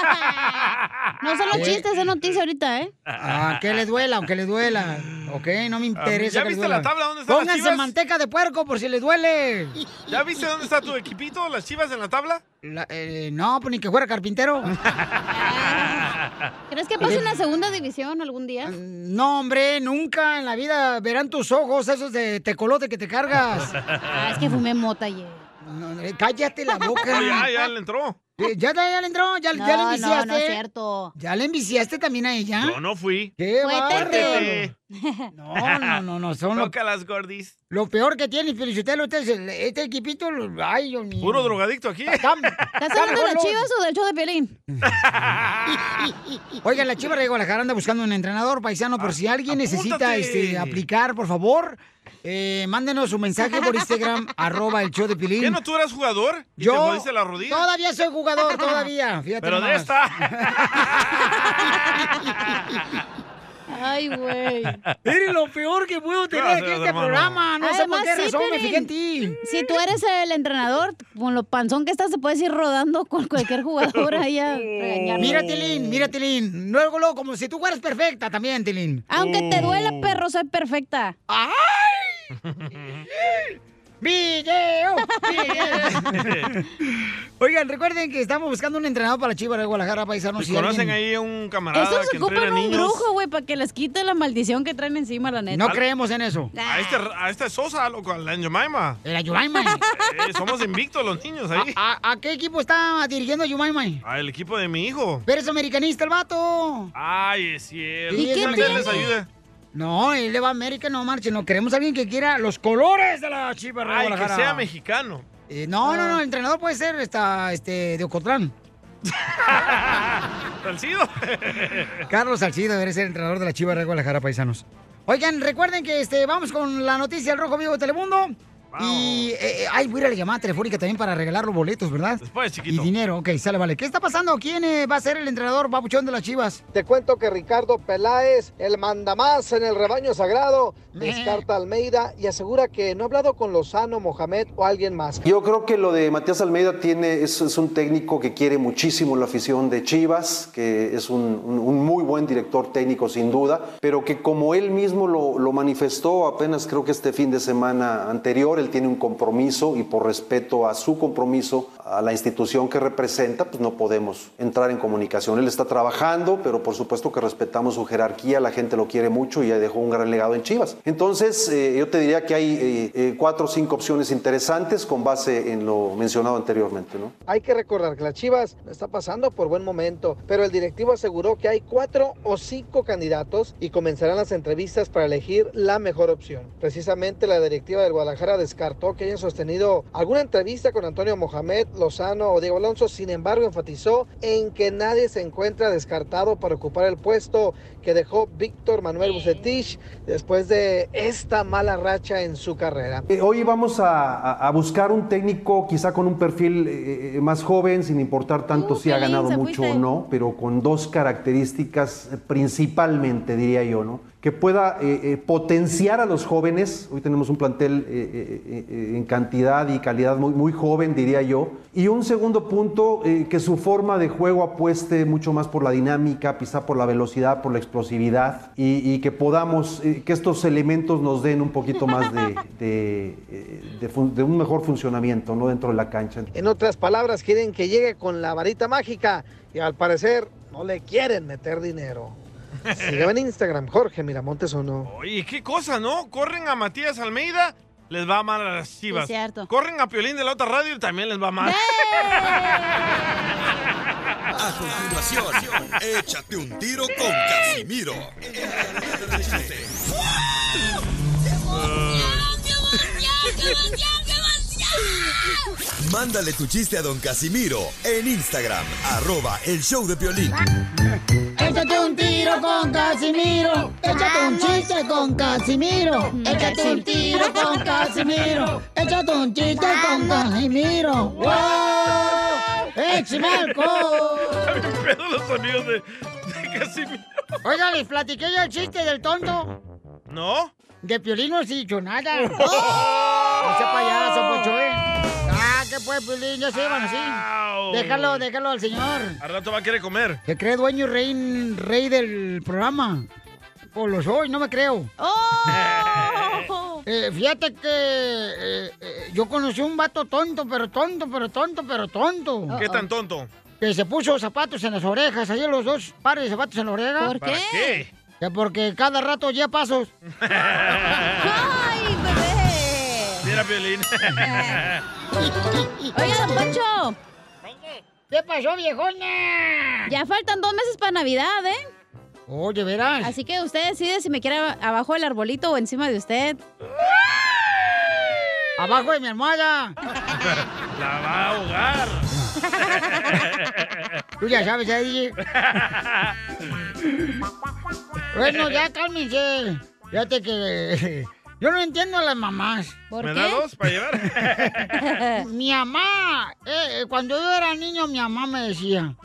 Speaker 2: [laughs] No son los chistes, es noticia ahorita, ¿eh?
Speaker 4: Ah, que le duela, aunque le duela. Ok, no me interesa.
Speaker 3: ¿Ya
Speaker 4: que le
Speaker 3: viste
Speaker 4: duela.
Speaker 3: la tabla dónde están las
Speaker 4: Pónganse
Speaker 3: Chivas?
Speaker 4: manteca de puerco por si le duele.
Speaker 3: ¿Ya viste dónde está tu equipito, las chivas en la tabla?
Speaker 4: La- eh, no, pues ni que
Speaker 3: [laughs]
Speaker 4: fuera carpintero.
Speaker 2: ¿Crees que pase una segunda división algún día?
Speaker 4: No, hombre, nunca en la vida verán tus ojos esos de tecolote que te cargas.
Speaker 2: Ah, es que fumé mota ayer.
Speaker 4: No, no, eh, cállate la boca.
Speaker 3: Oh, [laughs] ya, ya le entró.
Speaker 4: Eh, ya, ya, ya le entró, ya, ya le
Speaker 2: No, no,
Speaker 4: enviciaste.
Speaker 2: no es cierto.
Speaker 4: ¿Ya le enviciaste también a ella?
Speaker 10: ¿Ah?
Speaker 3: Yo no fui.
Speaker 4: ¡Qué
Speaker 3: Fue
Speaker 4: bárbaro!
Speaker 3: Tete.
Speaker 4: No, no, no, no,
Speaker 3: [laughs]
Speaker 4: son lo,
Speaker 3: Toca las gordis.
Speaker 4: lo peor que tiene Felicitelo. Este, es el- este equipito, ay, Dios mío.
Speaker 3: Puro drogadicto aquí.
Speaker 4: Está-
Speaker 2: ¿Estás
Speaker 4: está
Speaker 2: hablando de
Speaker 4: mejor
Speaker 2: las
Speaker 4: lo-
Speaker 2: chivas o del show
Speaker 4: [laughs]
Speaker 2: de Pelín?
Speaker 4: Oigan, la Chiva de Guadalajara anda buscando un entrenador paisano, por si
Speaker 3: Ah,
Speaker 4: alguien necesita
Speaker 5: apúntate.
Speaker 4: este, aplicar, por favor, eh, mándenos su mensaje
Speaker 3: [laughs]
Speaker 4: por Instagram, arroba el show de Pilín.
Speaker 3: ¿Qué no tú eras jugador? ¿Y
Speaker 4: Yo
Speaker 3: te jodiste la rodilla?
Speaker 10: [laughs]
Speaker 4: Todavía soy
Speaker 3: [laughs]
Speaker 4: jugador, todavía. Fíjate
Speaker 3: Pero de
Speaker 4: nomás.
Speaker 3: esta.
Speaker 2: Ay, güey.
Speaker 4: Eres lo peor que puedo tener aquí en este
Speaker 2: hermano.
Speaker 4: programa. No sé por
Speaker 2: Además,
Speaker 4: qué
Speaker 2: sí,
Speaker 4: razón me
Speaker 2: Pelín.
Speaker 4: fijé en ti.
Speaker 2: Si tú eres el entrenador, con lo panzón que estás, te puedes ir rodando con
Speaker 4: [laughs]
Speaker 2: cualquier [laughs] jugador ahí a regañar.
Speaker 4: Mira, Tilín, mira, Tilín. Luego, luego, como si tú fueras perfecta también, Tilín.
Speaker 2: Aunque te duela, perro, soy perfecta.
Speaker 4: ¡Ay! ¡Video! ¡Video! Oigan, recuerden que estamos buscando un entrenador para Chivas de Guadalajara, paisanos.
Speaker 3: Si
Speaker 4: si
Speaker 3: conocen
Speaker 4: alguien-
Speaker 3: ahí a un camarada
Speaker 2: Eso se
Speaker 3: que entrena
Speaker 2: ocupan un
Speaker 3: niños.
Speaker 2: brujo, güey, para que les quite la maldición que traen encima, la neta.
Speaker 4: No creemos en eso.
Speaker 3: A este, a este Sosa, loco, al Anjomaima. [laughs]
Speaker 4: El Anjomaima.
Speaker 3: somos invictos los niños ahí.
Speaker 4: ¿A, a- a qué equipo está dirigiendo Yumaymay?
Speaker 3: Ah, el equipo de mi hijo.
Speaker 4: Pero es americanista el vato.
Speaker 3: Ay, es cierto.
Speaker 4: ¿Y qué
Speaker 3: Ojalá
Speaker 4: tiene?
Speaker 3: les ayude.
Speaker 4: No, él le va a América, no marche. No queremos a alguien que quiera los colores de la Chivas de
Speaker 3: Ay, que
Speaker 4: Guadalajara.
Speaker 3: sea mexicano.
Speaker 4: Eh, no, no,
Speaker 3: Ah.
Speaker 4: no, el entrenador puede ser esta, este, de Ocotlán.
Speaker 3: ¿Salcido?
Speaker 4: Carlos Salcido debe ser entrenador de la Chivas de Guadalajara, paisanos. Oigan, recuerden que este, vamos con la noticia del Rojo Vivo de Telemundo. Y eh, eh, ay, voy a ir a la llamada telefónica también para regalar los boletos, ¿verdad?
Speaker 3: Después, chiquito.
Speaker 4: Y dinero, ok, sale, vale. ¿Qué está pasando? ¿Quién eh, va a ser el entrenador babuchón de las Chivas?
Speaker 7: Te cuento que Ricardo Peláez, el mandamás en el rebaño sagrado, descarta a Almeida y asegura que no ha hablado con Lozano, Mohamed o alguien más.
Speaker 8: Yo creo que lo de Matías Almeida tiene, es, es un técnico que quiere muchísimo la afición de Chivas, que es un, un- un muy buen director técnico sin duda, pero que como él mismo lo, lo manifestó apenas creo que este fin de semana anterior, él tiene un compromiso y por respeto a su compromiso, a la institución que representa, pues no podemos entrar en comunicación. Él está trabajando, pero por supuesto que respetamos su jerarquía, la gente lo quiere mucho y ya dejó un gran legado en Chivas. Entonces, eh, yo te diría que hay eh, eh, cuatro o cinco opciones interesantes con base en lo mencionado anteriormente, ¿no?
Speaker 7: Hay que recordar que las Chivas no está pasando por buen momento, pero el directivo aseguró que hay cuatro o cinco candidatos y comenzarán las entrevistas para elegir la mejor opción. Precisamente la directiva del Guadalajara descartó que haya sostenido alguna entrevista con Antonio Mohamed, Lozano o Diego Alonso, sin embargo enfatizó en que nadie se encuentra descartado para ocupar el puesto que dejó Víctor Manuel Bucetich después de esta mala racha en su carrera.
Speaker 8: Eh, Hoy vamos a, a- a buscar un técnico quizá con un perfil eh, eh, más joven, sin importar tanto si ha
Speaker 11: Piolín,
Speaker 8: ganado
Speaker 11: se
Speaker 8: mucho
Speaker 11: fuiste.
Speaker 8: o no, pero con dos características eh, principalmente, diría yo, ¿no? Que pueda eh, eh, potenciar a los jóvenes. Hoy tenemos un plantel eh, eh, eh, eh, en cantidad y calidad muy, muy joven, diría yo. Y un segundo punto, eh, que su forma de juego apueste mucho más por la dinámica, quizá por la velocidad, por la explosividad, y, y que podamos, eh, que estos elementos nos den un poquito más de, de, eh, de fun- de un mejor funcionamiento ¿no? dentro de la cancha.
Speaker 7: En otras palabras, quieren que llegue con la varita mágica y al parecer no le quieren meter dinero. Sígueme en Instagram, Jorge Miramontes o no.
Speaker 3: Oye, qué cosa, ¿no? Corren a Matías Almeida, les va mal a las chivas.
Speaker 7: cierto.
Speaker 3: Corren a Eh, Piolín de la otra radio y también les va mal.
Speaker 6: A continuación, échate un tiro con Casimiro. Mándale tu chiste a don Casimiro en Instagram, arroba el show de Piolín.
Speaker 4: Échate un tiro con Casimiro. Échate un chiste con Casimiro. Échate un tiro con Casimiro. Échate un chiste con Casimiro. ¡Wow! ¡Échame alcohol!
Speaker 3: Pero los sonidos de, de Casimiro.
Speaker 4: Oiga, les platiqué yo el chiste del tonto.
Speaker 3: ¿No?
Speaker 4: De Piolín no he dicho nada. ¡Oh! Ese payaso, Pocho, ¿eh? Ah, ¿qué fue, Piolín? Ya se iban así. Déjalo, déjalo al señor.
Speaker 3: Al rato va a querer comer.
Speaker 4: Se cree dueño y rey, rey del programa. O lo soy, no me creo. Eh, fíjate que eh, eh, yo conocí un vato tonto, pero tonto, pero tonto, pero tonto.
Speaker 3: ¿Qué tan tonto?
Speaker 4: Que se puso zapatos en las orejas, ahí los dos pares de zapatos en la oreja.
Speaker 3: ¿Por ¿Para qué? qué?
Speaker 4: Que porque cada rato ya pasos.
Speaker 2: ¡Ay, bebé!
Speaker 3: Mira, Piolín.
Speaker 2: Oiga, don Poncho.
Speaker 4: ¿Qué pasó, viejona?
Speaker 2: Ya faltan dos meses para Navidad, ¿eh?
Speaker 4: Oye, verás.
Speaker 2: Así que usted decide si me quiere ab- abajo del arbolito o encima de usted.
Speaker 4: ¡Abajo de mi almohada!
Speaker 3: La va a ahogar.
Speaker 4: Tú ya sabes, ¿eh, ya dije. Bueno, ya cálmense. Fíjate que. [laughs] Yo no entiendo a las mamás.
Speaker 3: ¿Por ¿Me qué? da dos para llevar?
Speaker 4: [laughs] mi mamá, eh, eh, cuando yo era niño, mi mamá me decía,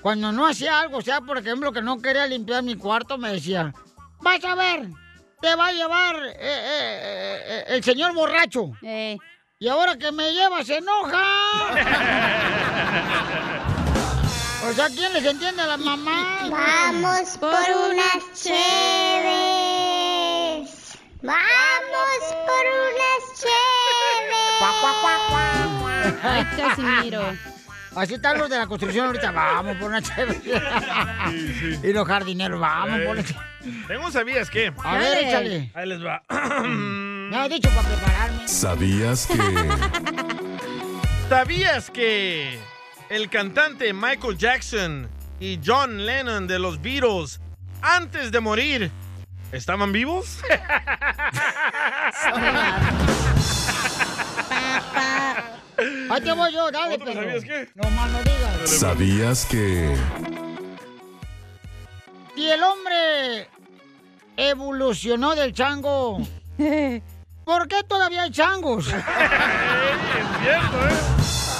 Speaker 4: cuando no hacía algo, o sea, por ejemplo, que no quería limpiar mi cuarto, me decía, vas a ver, te va a llevar eh, eh, eh, eh, el señor borracho. Y ahora que me lleva, se enoja. o sea, ¿quién les entiende a las mamás?
Speaker 1: Vamos por unas cheves. Vamos por unas cheves.
Speaker 4: Ay, Casimiro. Así están los de la construcción ahorita. Vamos por una chévere. [laughs] Y los jardineros, vamos por una chévere.
Speaker 3: [laughs] Tengo un sabías qué.
Speaker 4: A ver, Dale.
Speaker 2: [laughs]
Speaker 4: échale.
Speaker 3: Ahí les va. [clears throat]
Speaker 4: Me ha dicho para prepararme.
Speaker 6: ¿Sabías que?
Speaker 3: ¿Sabías que el cantante Michael Jackson y John Lennon de los Beatles, antes de morir, estaban
Speaker 2: [laughs]
Speaker 3: vivos?
Speaker 4: Ahí te voy yo, dale, pero. ¿Sabías qué? No más no digas.
Speaker 6: ¿Sabías que?
Speaker 4: Si el hombre evolucionó del
Speaker 2: [laughs]
Speaker 4: chango, ¿por qué todavía hay changos?
Speaker 3: ¿eh?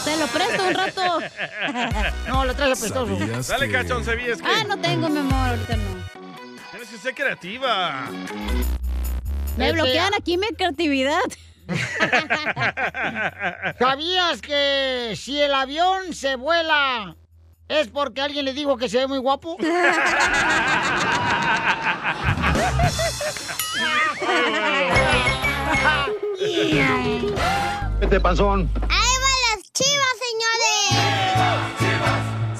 Speaker 2: Te lo presto un rato.
Speaker 4: [laughs] No, lo traje apestoso.
Speaker 3: Dale, cachón, ¿sabías qué?
Speaker 2: [laughs] Ah, no tengo, mi amor, ahorita no.
Speaker 3: Tienes que ser creativa.
Speaker 2: Me bloquean aquí mi creatividad.
Speaker 4: [laughs] ¿Sabías que si el avión se vuela es porque alguien le dijo que se ve muy
Speaker 2: [laughs]
Speaker 4: guapo?
Speaker 11: Este panzón.
Speaker 1: ¡Ahí van las chivas, señores!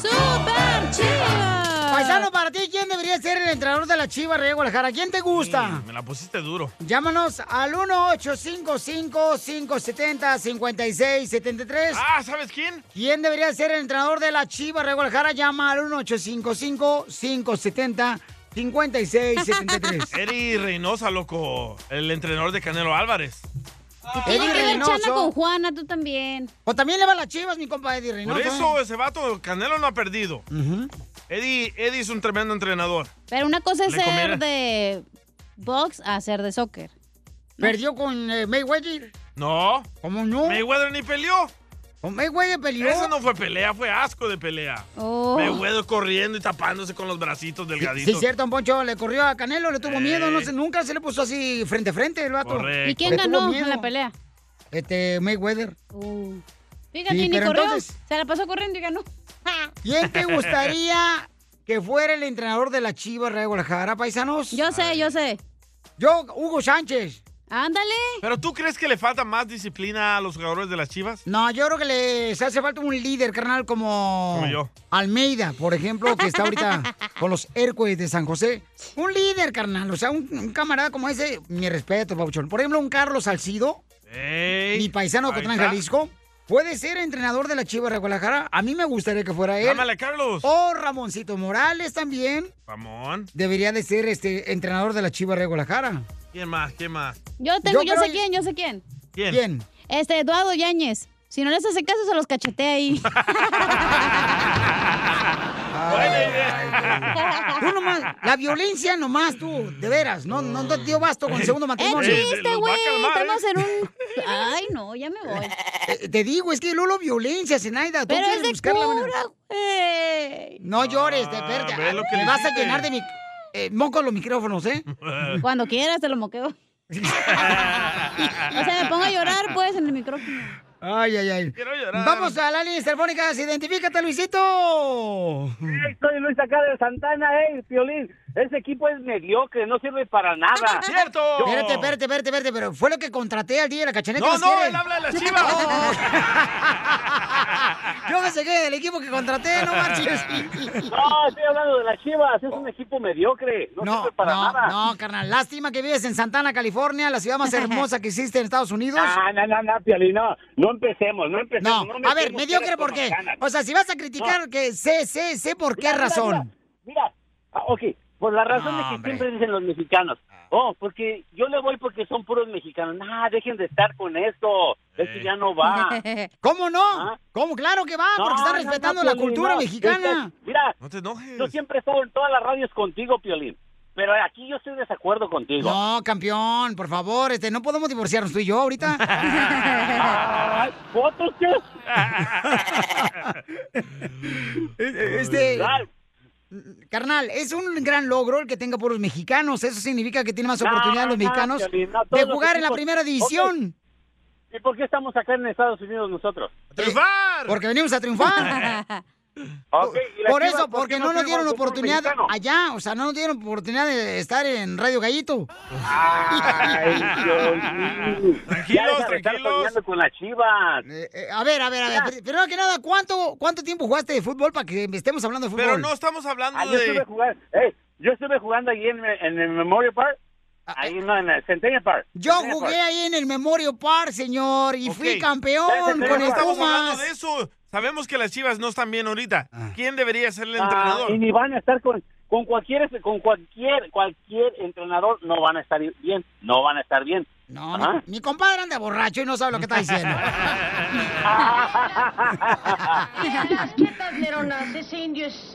Speaker 4: ¡Super Chivas! Paisano, para ti, ¿quién debería ser el entrenador de la Chiva Rey de Guadalajara? ¿Quién te gusta?
Speaker 3: Me la pusiste duro.
Speaker 4: Llámanos al 1-855-570-5673.
Speaker 3: Ah, ¿sabes quién?
Speaker 4: ¿Quién debería ser el entrenador de la Chiva Rey de Guadalajara? Llama al
Speaker 2: [laughs]
Speaker 4: 1-855-570-5673.
Speaker 3: [laughs] Eri Reynosa, loco. El entrenador de Canelo Álvarez.
Speaker 2: Tiene
Speaker 4: Eddie
Speaker 2: que ver Chana
Speaker 4: Reynoso.
Speaker 2: con Juana, tú también.
Speaker 4: O también le va a las chivas, mi compa Eddie Reynoso. ¿eh?
Speaker 3: Por eso ese vato, Canelo no ha perdido. Eddie, Eddie es un tremendo entrenador.
Speaker 2: Pero una cosa es
Speaker 3: Le comiera.
Speaker 2: ser de box a ser de soccer.
Speaker 4: Perdió con eh, Mayweather.
Speaker 3: No.
Speaker 4: ¿Cómo no?
Speaker 3: Mayweather ni peleó.
Speaker 4: Con Mayweather peleó.
Speaker 3: Eso no fue pelea, fue asco de pelea.
Speaker 4: Oh.
Speaker 3: Mayweather corriendo y tapándose con los bracitos delgaditos.
Speaker 4: Sí, es cierto, don Poncho. Le corrió a Canelo, le tuvo miedo. No sé, nunca se le puso así frente a frente el vato.
Speaker 3: Correcto.
Speaker 2: ¿Y quién
Speaker 4: Le tuvo
Speaker 2: ganó
Speaker 4: miedo.
Speaker 2: en la pelea?
Speaker 4: Este, Mayweather.
Speaker 2: Fíjate,
Speaker 4: Sí,
Speaker 2: ni
Speaker 4: pero
Speaker 2: Uh. corrió.
Speaker 4: entonces-
Speaker 2: Se la pasó corriendo y ganó.
Speaker 4: [laughs] ¿Quién te gustaría que fuera el entrenador de la Chivas Real Guadalajara, paisanos?
Speaker 2: Yo sé, yo sé.
Speaker 4: Yo, Hugo Sánchez.
Speaker 2: Ándale.
Speaker 3: ¿Pero tú crees que le falta más disciplina a los jugadores de las Chivas?
Speaker 4: No, yo creo que les hace falta un líder, carnal, como,
Speaker 3: Como yo.
Speaker 4: Almeida, por ejemplo, que
Speaker 3: [laughs]
Speaker 4: está ahorita con los Hércules de San José. Un líder, carnal, o sea, un, un camarada como ese, mi respeto, Pauchón. Por ejemplo, un Carlos Salcido,
Speaker 3: Ey,
Speaker 2: [laughs]
Speaker 4: mi paisano de
Speaker 3: ahí
Speaker 4: Cotlán,
Speaker 3: está.
Speaker 4: Jalisco. Puede ser entrenador de la Chivas de Guadalajara. A mí me gustaría que fuera él.
Speaker 3: Llámale, Carlos.
Speaker 4: O Ramoncito Morales también.
Speaker 3: Ramón.
Speaker 4: Debería de ser este entrenador de la Chivas de Guadalajara.
Speaker 3: ¿Quién más? ¿Quién más?
Speaker 2: [laughs] Yo tengo, yo, sé quién, yo sé quién.
Speaker 3: ¿Quién?
Speaker 4: ¿Quién?
Speaker 2: Este, Eduardo Yáñez. Si no les hace caso, se los cachetea
Speaker 4: [laughs]
Speaker 2: ahí.
Speaker 3: Buena idea.
Speaker 4: Tú nomás, la violencia nomás tú, de veras, no, no, no te dio basto
Speaker 3: [laughs]
Speaker 4: con el
Speaker 3: Eh,
Speaker 4: segundo matrimonio.
Speaker 2: Es Eh, chiste, güey, estamos
Speaker 4: [laughs]
Speaker 2: en un... Ay, no, ya me voy.
Speaker 4: Eh, Te digo, es que Lolo violencia, Zenaida. tú
Speaker 2: Pero
Speaker 4: quieres
Speaker 2: es de
Speaker 4: buscar la manera.
Speaker 2: cura, güey.
Speaker 4: No llores, de
Speaker 3: Ah, ve
Speaker 4: verdad.
Speaker 3: lo que
Speaker 4: Me
Speaker 3: le
Speaker 4: vas a
Speaker 3: hiciste.
Speaker 4: llenar de mi... eh, moco los micrófonos, ¿eh?
Speaker 2: Cuando quieras te lo moqueo. O sea, me pongo a llorar, pues, en el micrófono.
Speaker 4: [laughs] Ay, ay, ay.
Speaker 3: Quiero
Speaker 4: Vamos a las líneas telefónicas, identifícate, Luisito.
Speaker 14: Soy Luis acá de Santana, eh, Piolín. Ese equipo es mediocre, no sirve para nada. Yo-
Speaker 4: Espérate, espérate, espérate, espérate, pero fue lo que contraté al día de la cachaneta.
Speaker 14: No,
Speaker 4: nos
Speaker 14: no,
Speaker 4: quiere.
Speaker 14: él habla
Speaker 4: [laughs]
Speaker 14: de las chivas.
Speaker 4: Oh. Yo me saqué del equipo que contraté, [laughs] no
Speaker 21: [laughs]
Speaker 4: marches.
Speaker 14: No, estoy hablando de las chivas, es un equipo mediocre, no,
Speaker 4: No,
Speaker 14: sirve para
Speaker 4: no,
Speaker 14: nada.
Speaker 4: no, carnal. Lástima que vives en Santana, California, la
Speaker 14: [laughs]
Speaker 4: ciudad más hermosa que existe en Estados Unidos.
Speaker 14: No, no, no, no, Piolín, no, no empecemos, no empecemos.
Speaker 4: No, a ver, mediocre por qué. O sea, si vas a criticar, que sé, sé, sé por qué
Speaker 14: Mira, mira,
Speaker 4: razón.
Speaker 14: Mira, ah, ok, por la razón
Speaker 4: No,
Speaker 14: de que
Speaker 4: hombre. Ah.
Speaker 14: siempre dicen los mexicanos, oh, porque yo le voy porque son puros mexicanos, nah, dejen de estar con esto, esto ya
Speaker 4: [laughs]
Speaker 14: no va. ¿Ah?
Speaker 4: ¿Cómo no? ¿Cómo? Claro que va, porque está
Speaker 14: no, no,
Speaker 4: respetando la
Speaker 14: Piolín,
Speaker 4: cultura
Speaker 14: no. Este,
Speaker 4: mexicana.
Speaker 14: Estás- mira, yo siempre estoy en todas las radios contigo, Piolín, pero aquí yo estoy de desacuerdo contigo.
Speaker 4: No, campeón, por favor, este, no podemos divorciarnos tú y yo
Speaker 14: [laughs]
Speaker 4: ahorita.
Speaker 14: ¿Fotos
Speaker 4: [laughs]
Speaker 14: qué?
Speaker 4: E, Este, carnal, es un gran logro el que tenga puros mexicanos. Eso significa que tiene más
Speaker 14: No,
Speaker 4: oportunidad los
Speaker 14: no,
Speaker 4: mexicanos
Speaker 14: Ah, Piolín, no, todos
Speaker 4: de
Speaker 14: los
Speaker 4: jugar en la
Speaker 14: equipos-
Speaker 4: primera división.
Speaker 14: ¿Y por qué estamos acá en Estados Unidos nosotros?
Speaker 4: ¡Triunfar! Porque venimos a [laughs] triunfar.
Speaker 14: Ok, ¿y las
Speaker 4: Por
Speaker 14: Chivas
Speaker 4: eso,
Speaker 14: por
Speaker 4: porque
Speaker 14: qué
Speaker 4: no nos
Speaker 14: firman
Speaker 4: dieron
Speaker 14: con puro
Speaker 4: oportunidad
Speaker 14: mexicano?
Speaker 4: allá, o sea, no nos dieron oportunidad de estar en Radio Gallito.
Speaker 14: Ay, [laughs] Dios mío. Ya deja de estar peleando con las chivas.
Speaker 4: Eh, A ver, a ver, a ver. pr- Primero que nada, ¿cuánto, ¿cuánto tiempo jugaste de fútbol para que estemos hablando de fútbol?
Speaker 3: estamos hablando
Speaker 14: Ah, yo Estuve jugando, Ey, yo estuve jugando ahí en, en el Memorial Park. Ahí no, en el Centennial Park.
Speaker 4: Ah, eh. Yo
Speaker 14: Centennial
Speaker 4: jugué
Speaker 14: Park.
Speaker 4: ahí en el Memorial Park, señor, y fui
Speaker 3: Ok.
Speaker 4: campeón
Speaker 3: Pero
Speaker 4: con
Speaker 3: no
Speaker 4: el
Speaker 3: estamos hablando
Speaker 4: Pumas.
Speaker 3: de eso. Sabemos que las chivas no están bien ahorita. ¿Quién debería ser el
Speaker 14: Ah,
Speaker 3: entrenador?
Speaker 14: y ni van a estar con, con cualquier, con cualquier, cualquier entrenador no van a estar bien, no van a estar bien.
Speaker 4: No,
Speaker 14: Ajá.
Speaker 4: mi, mi compadre anda borracho y no sabe lo que está
Speaker 14: [laughs]
Speaker 4: diciendo.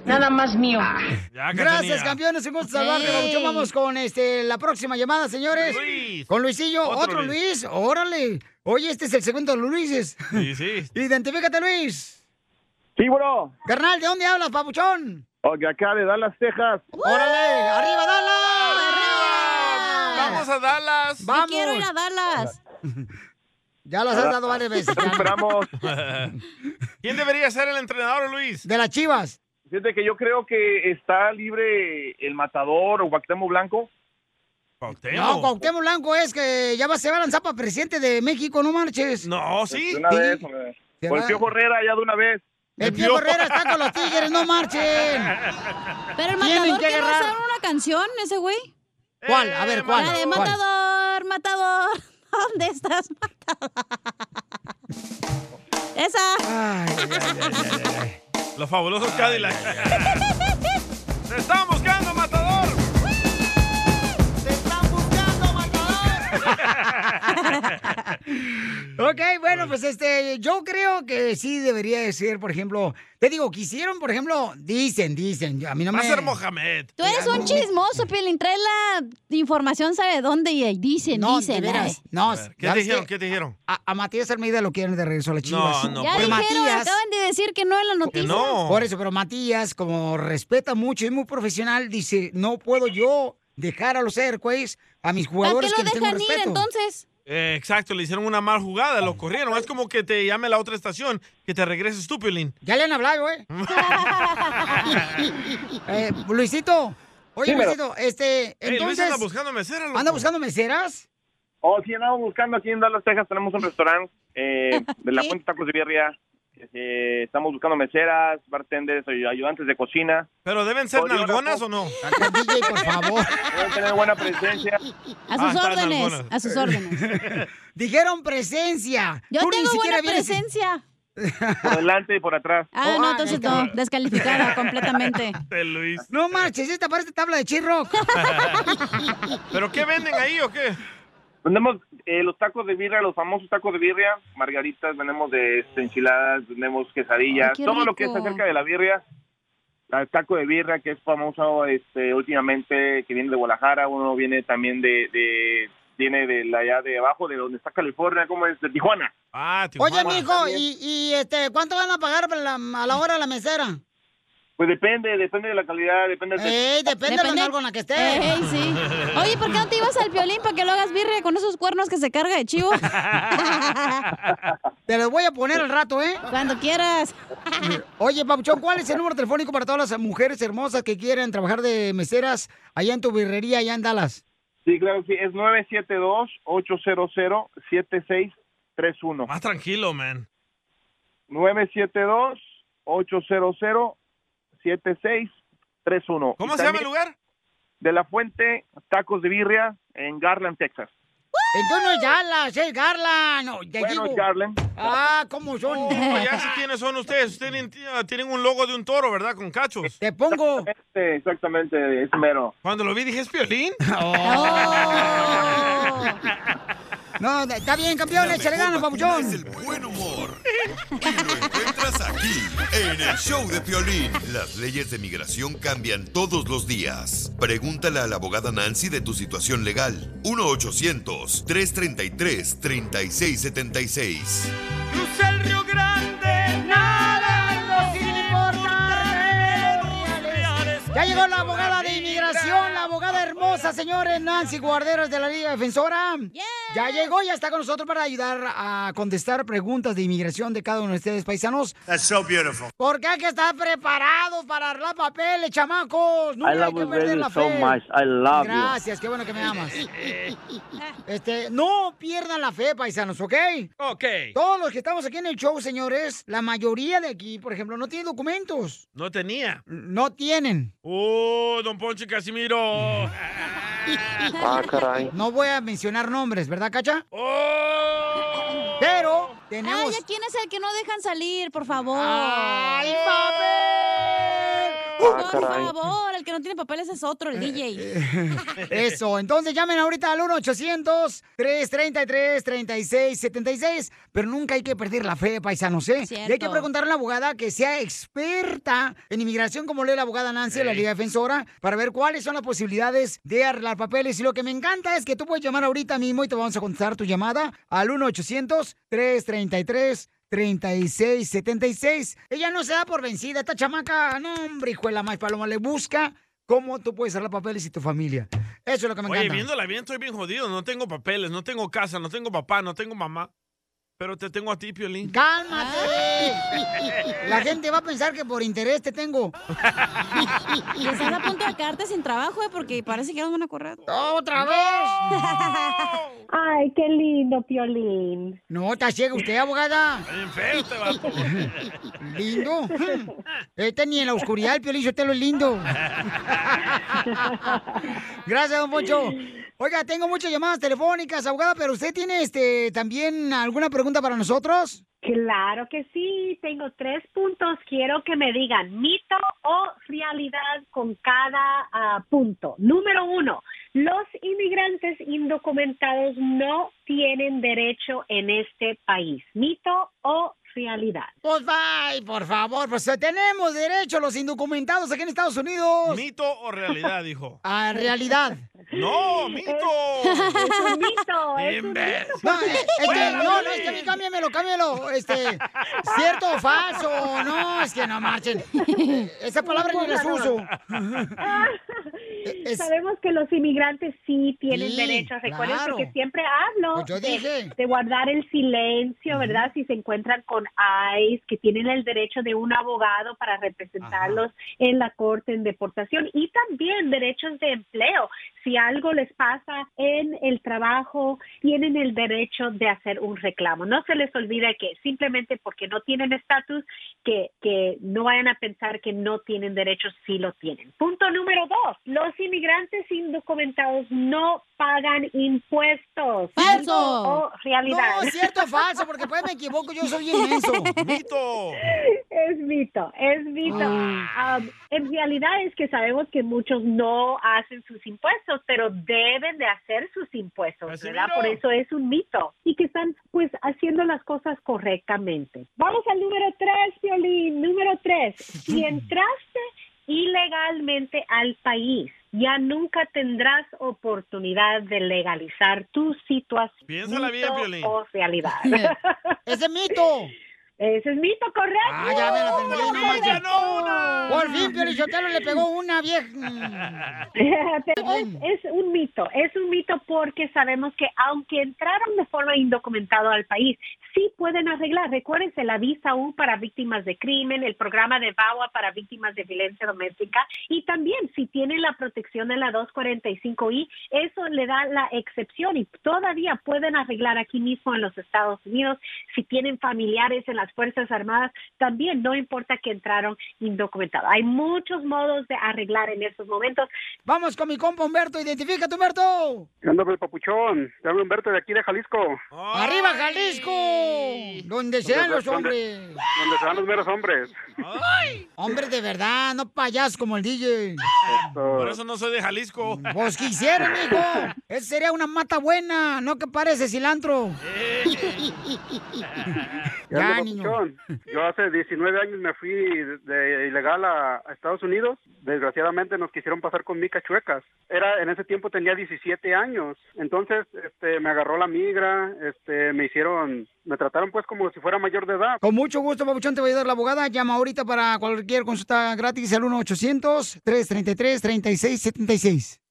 Speaker 5: Nada más mío.
Speaker 4: Gracias, campeones. Un gusto saludarte,
Speaker 5: Ey.
Speaker 4: Babuchón. Vamos con este, la próxima llamada, señores. Con Luisillo.
Speaker 5: Otro
Speaker 4: Otro,
Speaker 5: Luis.
Speaker 4: Luis. Órale. Oye, este es el segundo de los Luises.
Speaker 3: Sí, sí.
Speaker 4: [laughs] Identifícate, Luis.
Speaker 20: Sí, bro.
Speaker 4: Carnal, ¿de dónde hablas, papuchón?
Speaker 20: Oye, acá de Dallas, Texas.
Speaker 4: ¡Órale! ¡Arriba, Dallas!
Speaker 3: Vamos a Dallas.
Speaker 2: Yo quiero ir a Dallas.
Speaker 4: Ya las has dado varias veces.
Speaker 3: [laughs]
Speaker 20: Esperamos.
Speaker 3: ¿Quién debería ser el entrenador, Luis?
Speaker 4: De las Chivas.
Speaker 20: Fíjate que yo creo que está libre el matador o Guactemo Blanco.
Speaker 4: No, Cuauhtémoc Blanco es que ya va, se va a lanzar para presidente de México, no marches.
Speaker 3: No,
Speaker 20: De una vez, hombre. O el Piojo Herrera ya de una vez.
Speaker 4: El Piojo Herrera está con los tigres, no marchen.
Speaker 2: Pero el
Speaker 4: Tienen
Speaker 2: matador
Speaker 4: que
Speaker 2: que va a
Speaker 4: agarrar. Eh,
Speaker 2: hacer una canción, ese güey.
Speaker 4: ¿Cuál? A ver, ¿cuál?
Speaker 2: La de
Speaker 4: ¿Cuál?
Speaker 2: matador, matador. [laughs] ¿Dónde estás, matador? Esa.
Speaker 3: Los fabulosos Cadillacs. ¡Te están buscando, matador!
Speaker 4: Ok, bueno, pues este, yo creo que sí debería decir, por ejemplo, te digo, quisieron, por ejemplo, dicen, dicen, a mí no
Speaker 3: Va a
Speaker 4: me...
Speaker 3: ser Mohamed.
Speaker 2: Tú eres un chismoso, Pilín. Trae la información, sabe dónde y ahí dicen,
Speaker 4: No,
Speaker 2: dicen.
Speaker 4: de
Speaker 2: ¿eh?
Speaker 4: veras,
Speaker 2: ay.
Speaker 4: no,
Speaker 3: ¿Qué te
Speaker 4: ¿sabes
Speaker 3: dijeron?
Speaker 4: qué?
Speaker 3: ¿Qué te dijeron?
Speaker 4: A, a Matías Almeida lo quieren de regreso a las chivas.
Speaker 3: no,
Speaker 2: Ya
Speaker 4: Pero
Speaker 2: dijeron,
Speaker 4: Matías-
Speaker 2: acaban de decir que no en la noticia.
Speaker 4: Por eso, pero Matías, como respeta mucho, es muy profesional, dice, no puedo yo dejar a los Airways, a mis jugadores que les tengo respeto.
Speaker 2: entonces?
Speaker 3: Eh, exacto, le hicieron una mal jugada, lo corrieron. Es como que te llame la otra estación, que te regreses tú, Piolín.
Speaker 4: Ya le han hablado, ¿eh? Eh, Luisito, oye,
Speaker 3: Sí, pero-
Speaker 4: Luisito, este,
Speaker 20: Ey, Luis
Speaker 4: entonces...
Speaker 20: anda buscando meseras, loco.
Speaker 4: ¿Anda buscando meseras? [laughs]
Speaker 20: Oh, sí, andamos buscando aquí en Dallas, Texas. Tenemos un restaurante eh, de la Fuente Tacos de Birria. eh, estamos buscando meseras, bartenders, ay- ayudantes de cocina.
Speaker 3: ¿Pero deben ser
Speaker 20: Podrían-
Speaker 3: nalgonas o no?
Speaker 4: por favor.
Speaker 20: Deben tener buena presencia.
Speaker 2: A
Speaker 3: Ah,
Speaker 2: sus órdenes, a sus órdenes.
Speaker 4: Dijeron presencia.
Speaker 2: Yo
Speaker 4: Tú ni
Speaker 2: tengo
Speaker 4: siquiera
Speaker 2: buena
Speaker 4: vienes-
Speaker 2: presencia.
Speaker 20: Por delante y por atrás.
Speaker 4: Oh,
Speaker 2: Ah, no, entonces no,
Speaker 4: [laughs]
Speaker 2: descalificada completamente.
Speaker 3: Oh, Luis.
Speaker 4: No marches, esta parece tabla de
Speaker 20: [laughs]
Speaker 4: chirroc.
Speaker 3: [laughs] ¿Pero qué venden ahí o qué?
Speaker 20: Vendemos eh, los tacos de birria, los famosos tacos de birria, margaritas, vendemos de este, enchiladas, vendemos quesadillas,
Speaker 25: Ay, qué
Speaker 20: todo lo que
Speaker 25: rico.
Speaker 20: está cerca de la birria. El taco de birria que es famoso este, últimamente, que viene de Guadalajara, uno viene también de, de viene de la- allá de abajo, de donde está California, ¿cómo es? De Tijuana.
Speaker 3: Ah,
Speaker 4: Oye, mijo, ¿y, y, este, cuánto van a pagar por la- a la hora de la mesera?
Speaker 20: Pues depende, depende de la calidad, depende del...
Speaker 4: Ey, depende, de
Speaker 2: Depende-
Speaker 4: la con la que esté.
Speaker 2: Ey, sí. Oye, ¿por qué no te ibas al violín para que lo hagas birria con esos cuernos que se carga de chivo?
Speaker 4: Te los voy a poner al rato, ¿eh?
Speaker 2: Cuando quieras.
Speaker 4: [laughs] Oye, Papuchón, ¿cuál es el número telefónico para todas las mujeres hermosas que quieren trabajar de meseras allá en tu birrería, allá en Dallas?
Speaker 20: Sí, claro, sí, es 972-800-7631.
Speaker 3: Más tranquilo, man.
Speaker 20: 972-800-7631.
Speaker 3: ¿Cómo se llama
Speaker 20: Y también
Speaker 3: el lugar?
Speaker 20: De la Fuente, Tacos de Birria, en Garland, Texas.
Speaker 4: Entonces no es Dallas, es Garland. No, ya
Speaker 20: Bueno,
Speaker 4: digo.
Speaker 20: Garland. Oh.
Speaker 4: Ah, ¿cómo son?
Speaker 3: Oye, ya sé quiénes son ustedes. Ustedes tienen- tienen un logo de un toro, ¿verdad? Con cachos.
Speaker 4: Te pongo.
Speaker 20: Exactamente, exactamente, es mero.
Speaker 3: Cuando lo vi dije, ¿es
Speaker 4: [laughs]
Speaker 3: Piolín?
Speaker 4: Oh. No, está bien, campeón, échale ganas, Papuchón.
Speaker 6: Entras aquí, en el show de Piolín. Las leyes de migración cambian todos los días. Pregúntale a la abogada Nancy de tu situación legal. 1-800-333-3676.
Speaker 5: Cruza el Río Grande, [laughs] nada nos importa.
Speaker 4: Ya llegó la abogada de inmigración, la abogada hermosa, señores, Nancy Guarderos de la Liga Defensora. Ya llegó, ya está con nosotros para ayudar a contestar preguntas de inmigración de cada uno de ustedes, paisanos.
Speaker 14: That's so beautiful.
Speaker 4: Porque hay que estar preparados para arreglar papeles, chamacos.
Speaker 14: I
Speaker 4: Nunca hay que
Speaker 14: love you
Speaker 4: perder
Speaker 14: very
Speaker 4: la
Speaker 14: so
Speaker 4: fe.
Speaker 14: much. I love you.
Speaker 4: Gracias, qué bueno que me amas. Este, no pierdan la fe, paisanos, ¿ok?
Speaker 3: Ok.
Speaker 4: Todos los que estamos aquí en el show, señores, la mayoría de aquí, por ejemplo, no tiene documentos.
Speaker 3: No tenía.
Speaker 4: No tienen.
Speaker 3: ¡Oh, don Poncho y Casimiro!
Speaker 4: Ah,
Speaker 14: caray.
Speaker 4: No voy a mencionar nombres, ¿verdad, Cacha?
Speaker 2: Oh.
Speaker 4: Oh. Pero tenemos.
Speaker 2: Ay, ¿a quién es el que no dejan salir, por favor?
Speaker 4: ¡Ay,
Speaker 2: Por
Speaker 4: Ah, caray.
Speaker 2: favor, el que no tiene papeles es otro, el
Speaker 4: Eh,
Speaker 2: DJ.
Speaker 4: Eso, entonces llamen ahorita al 1-800-333-3676, pero nunca hay que perder la fe, paisanos, ¿eh?
Speaker 2: Cierto.
Speaker 4: Y hay que preguntarle a la abogada que sea experta en inmigración, como lee la abogada Nancy de la Liga Defensora, para ver cuáles son las posibilidades de arreglar papeles. Y lo que me encanta es que tú puedes llamar ahorita mismo y te vamos a contestar tu llamada al 1-800-333. 3676. Ella no se da por vencida. Esta chamaca, no, hombre, hijo de la más paloma, le busca cómo tú puedes arreglar papeles y tu familia. Eso es lo que me
Speaker 3: Oye,
Speaker 4: encanta.
Speaker 3: viéndola bien, estoy bien jodido. No tengo papeles, no tengo casa, no tengo papá, no tengo mamá. Pero te tengo a ti, Piolín.
Speaker 4: ¡Cálmate!
Speaker 3: [laughs]
Speaker 4: La gente va a pensar que por interés te Este
Speaker 2: [laughs]
Speaker 4: tengo.
Speaker 2: Y estás a punto de quedarte sin trabajo, eh, porque parece que nos van a correr.
Speaker 4: ¡Otra vez!
Speaker 21: Ay, qué lindo, Piolín.
Speaker 4: No, está ciego usted, abogada.
Speaker 14: este
Speaker 5: [laughs]
Speaker 4: Lindo. Este ni en la oscuridad, el piolín te lo es lindo. Gracias, don Poncho. Oiga, tengo muchas llamadas telefónicas, abogada, pero usted tiene este también alguna pregunta para nosotros.
Speaker 21: Claro que sí, tengo tres puntos. Quiero que me digan mito o realidad con cada ah, punto. Número uno, los inmigrantes indocumentados no tienen derecho en este país. Mito o realidad.
Speaker 4: Pues bye, por favor, pues tenemos derecho los indocumentados aquí en Estados Unidos.
Speaker 3: ¿Mito o Oh, realidad, dijo?
Speaker 5: Ah,
Speaker 4: A realidad.
Speaker 3: ¡No, mito!
Speaker 21: Es un mito,
Speaker 3: es un mito.
Speaker 4: No, eh, este, no, no, es que a mí cámbiamelo, cámbiamelo. Este, cierto o
Speaker 5: Eh,
Speaker 14: [laughs]
Speaker 4: falso, no, es que no marchen. Esa palabra ni las uso.
Speaker 21: Es... Sabemos que los inmigrantes sí tienen Sí, derechos. Recuerden claro. que siempre hablo Pues yo de- dije. De, guardar el silencio, ¿verdad? Si se encuentran con ICE, que tienen el derecho de un abogado para representarlos en la corte en deportación y también derechos de empleo. Si algo les pasa en el trabajo, tienen el derecho de hacer un reclamo. No se les olvida que simplemente porque no tienen estatus, que, que no vayan a pensar que no tienen derechos si lo tienen. Punto número dos, los inmigrantes indocumentados no pagan impuestos.
Speaker 5: ¡Falso!
Speaker 21: Mito o Oh, realidad.
Speaker 5: No, es cierto, falso, porque pues me equivoco, yo soy
Speaker 21: [laughs]
Speaker 5: inmenso.
Speaker 3: ¡Mito!
Speaker 21: Es mito, es mito.
Speaker 5: Ah.
Speaker 21: Um, en realidad es que sabemos que muchos no hacen sus impuestos, pero deben de hacer sus impuestos, ¿verdad?
Speaker 24: Casimiro.
Speaker 21: Por eso es un mito. Y que están, pues, haciendo las cosas correctamente. Vamos al número tres, Violín. Número
Speaker 3: [laughs]
Speaker 21: tres. Si entraste ilegalmente al país, ya nunca tendrás oportunidad de legalizar tu situación.
Speaker 3: Piénsala bien,
Speaker 21: Mito
Speaker 3: Piolín.
Speaker 21: O
Speaker 5: [laughs]
Speaker 21: realidad. Ese es mito. Ese es mito, correcto.
Speaker 5: Ah, ya me la terminé, no marches. Por fin, Pio Lizotelo le pegó una vieja.
Speaker 21: [laughs] Pero es, es un mito, es un mito porque sabemos que aunque entraron de forma indocumentada al país, sí pueden arreglar. Recuérdense la visa U para víctimas de crimen, el programa de VAWA para víctimas de violencia doméstica y también si tienen la protección de la 245I, eso le da la excepción y todavía pueden arreglar aquí mismo en los Estados Unidos. Si tienen familiares en las Fuerzas Armadas, también no importa que entraron indocumentados. Hay muchos modos de arreglar en estos momentos.
Speaker 5: Vamos con mi compa Humberto, identifícate, Humberto.
Speaker 24: ¿Qué onda, pues, papuchón? Te hablo Humberto de aquí de Jalisco.
Speaker 4: Oh,
Speaker 5: ¡Arriba, Jalisco! Donde sean los
Speaker 24: Donde-
Speaker 5: hombres.
Speaker 24: Donde se van los meros hombres.
Speaker 5: Hombres de verdad, no payasos como el DJ.
Speaker 3: Por eso no soy de Jalisco.
Speaker 5: Pues quisiera, mijo. Esa sería una mata buena, no que parece cilantro.
Speaker 24: ¿Qué onda, papuchón? Yo hace 19 años me fui de, de ilegal a, a Estados Unidos. Desgraciadamente nos quisieron pasar con micas chuecas. Era, en ese tiempo tenía 17 años. Entonces este, me agarró la migra, este, me hicieron, me trataron pues como si fuera mayor de edad.
Speaker 5: Con mucho gusto, Papuchón, te voy a ayudar la abogada. Llama ahorita para cualquier consulta gratis al 1-800-333-3676.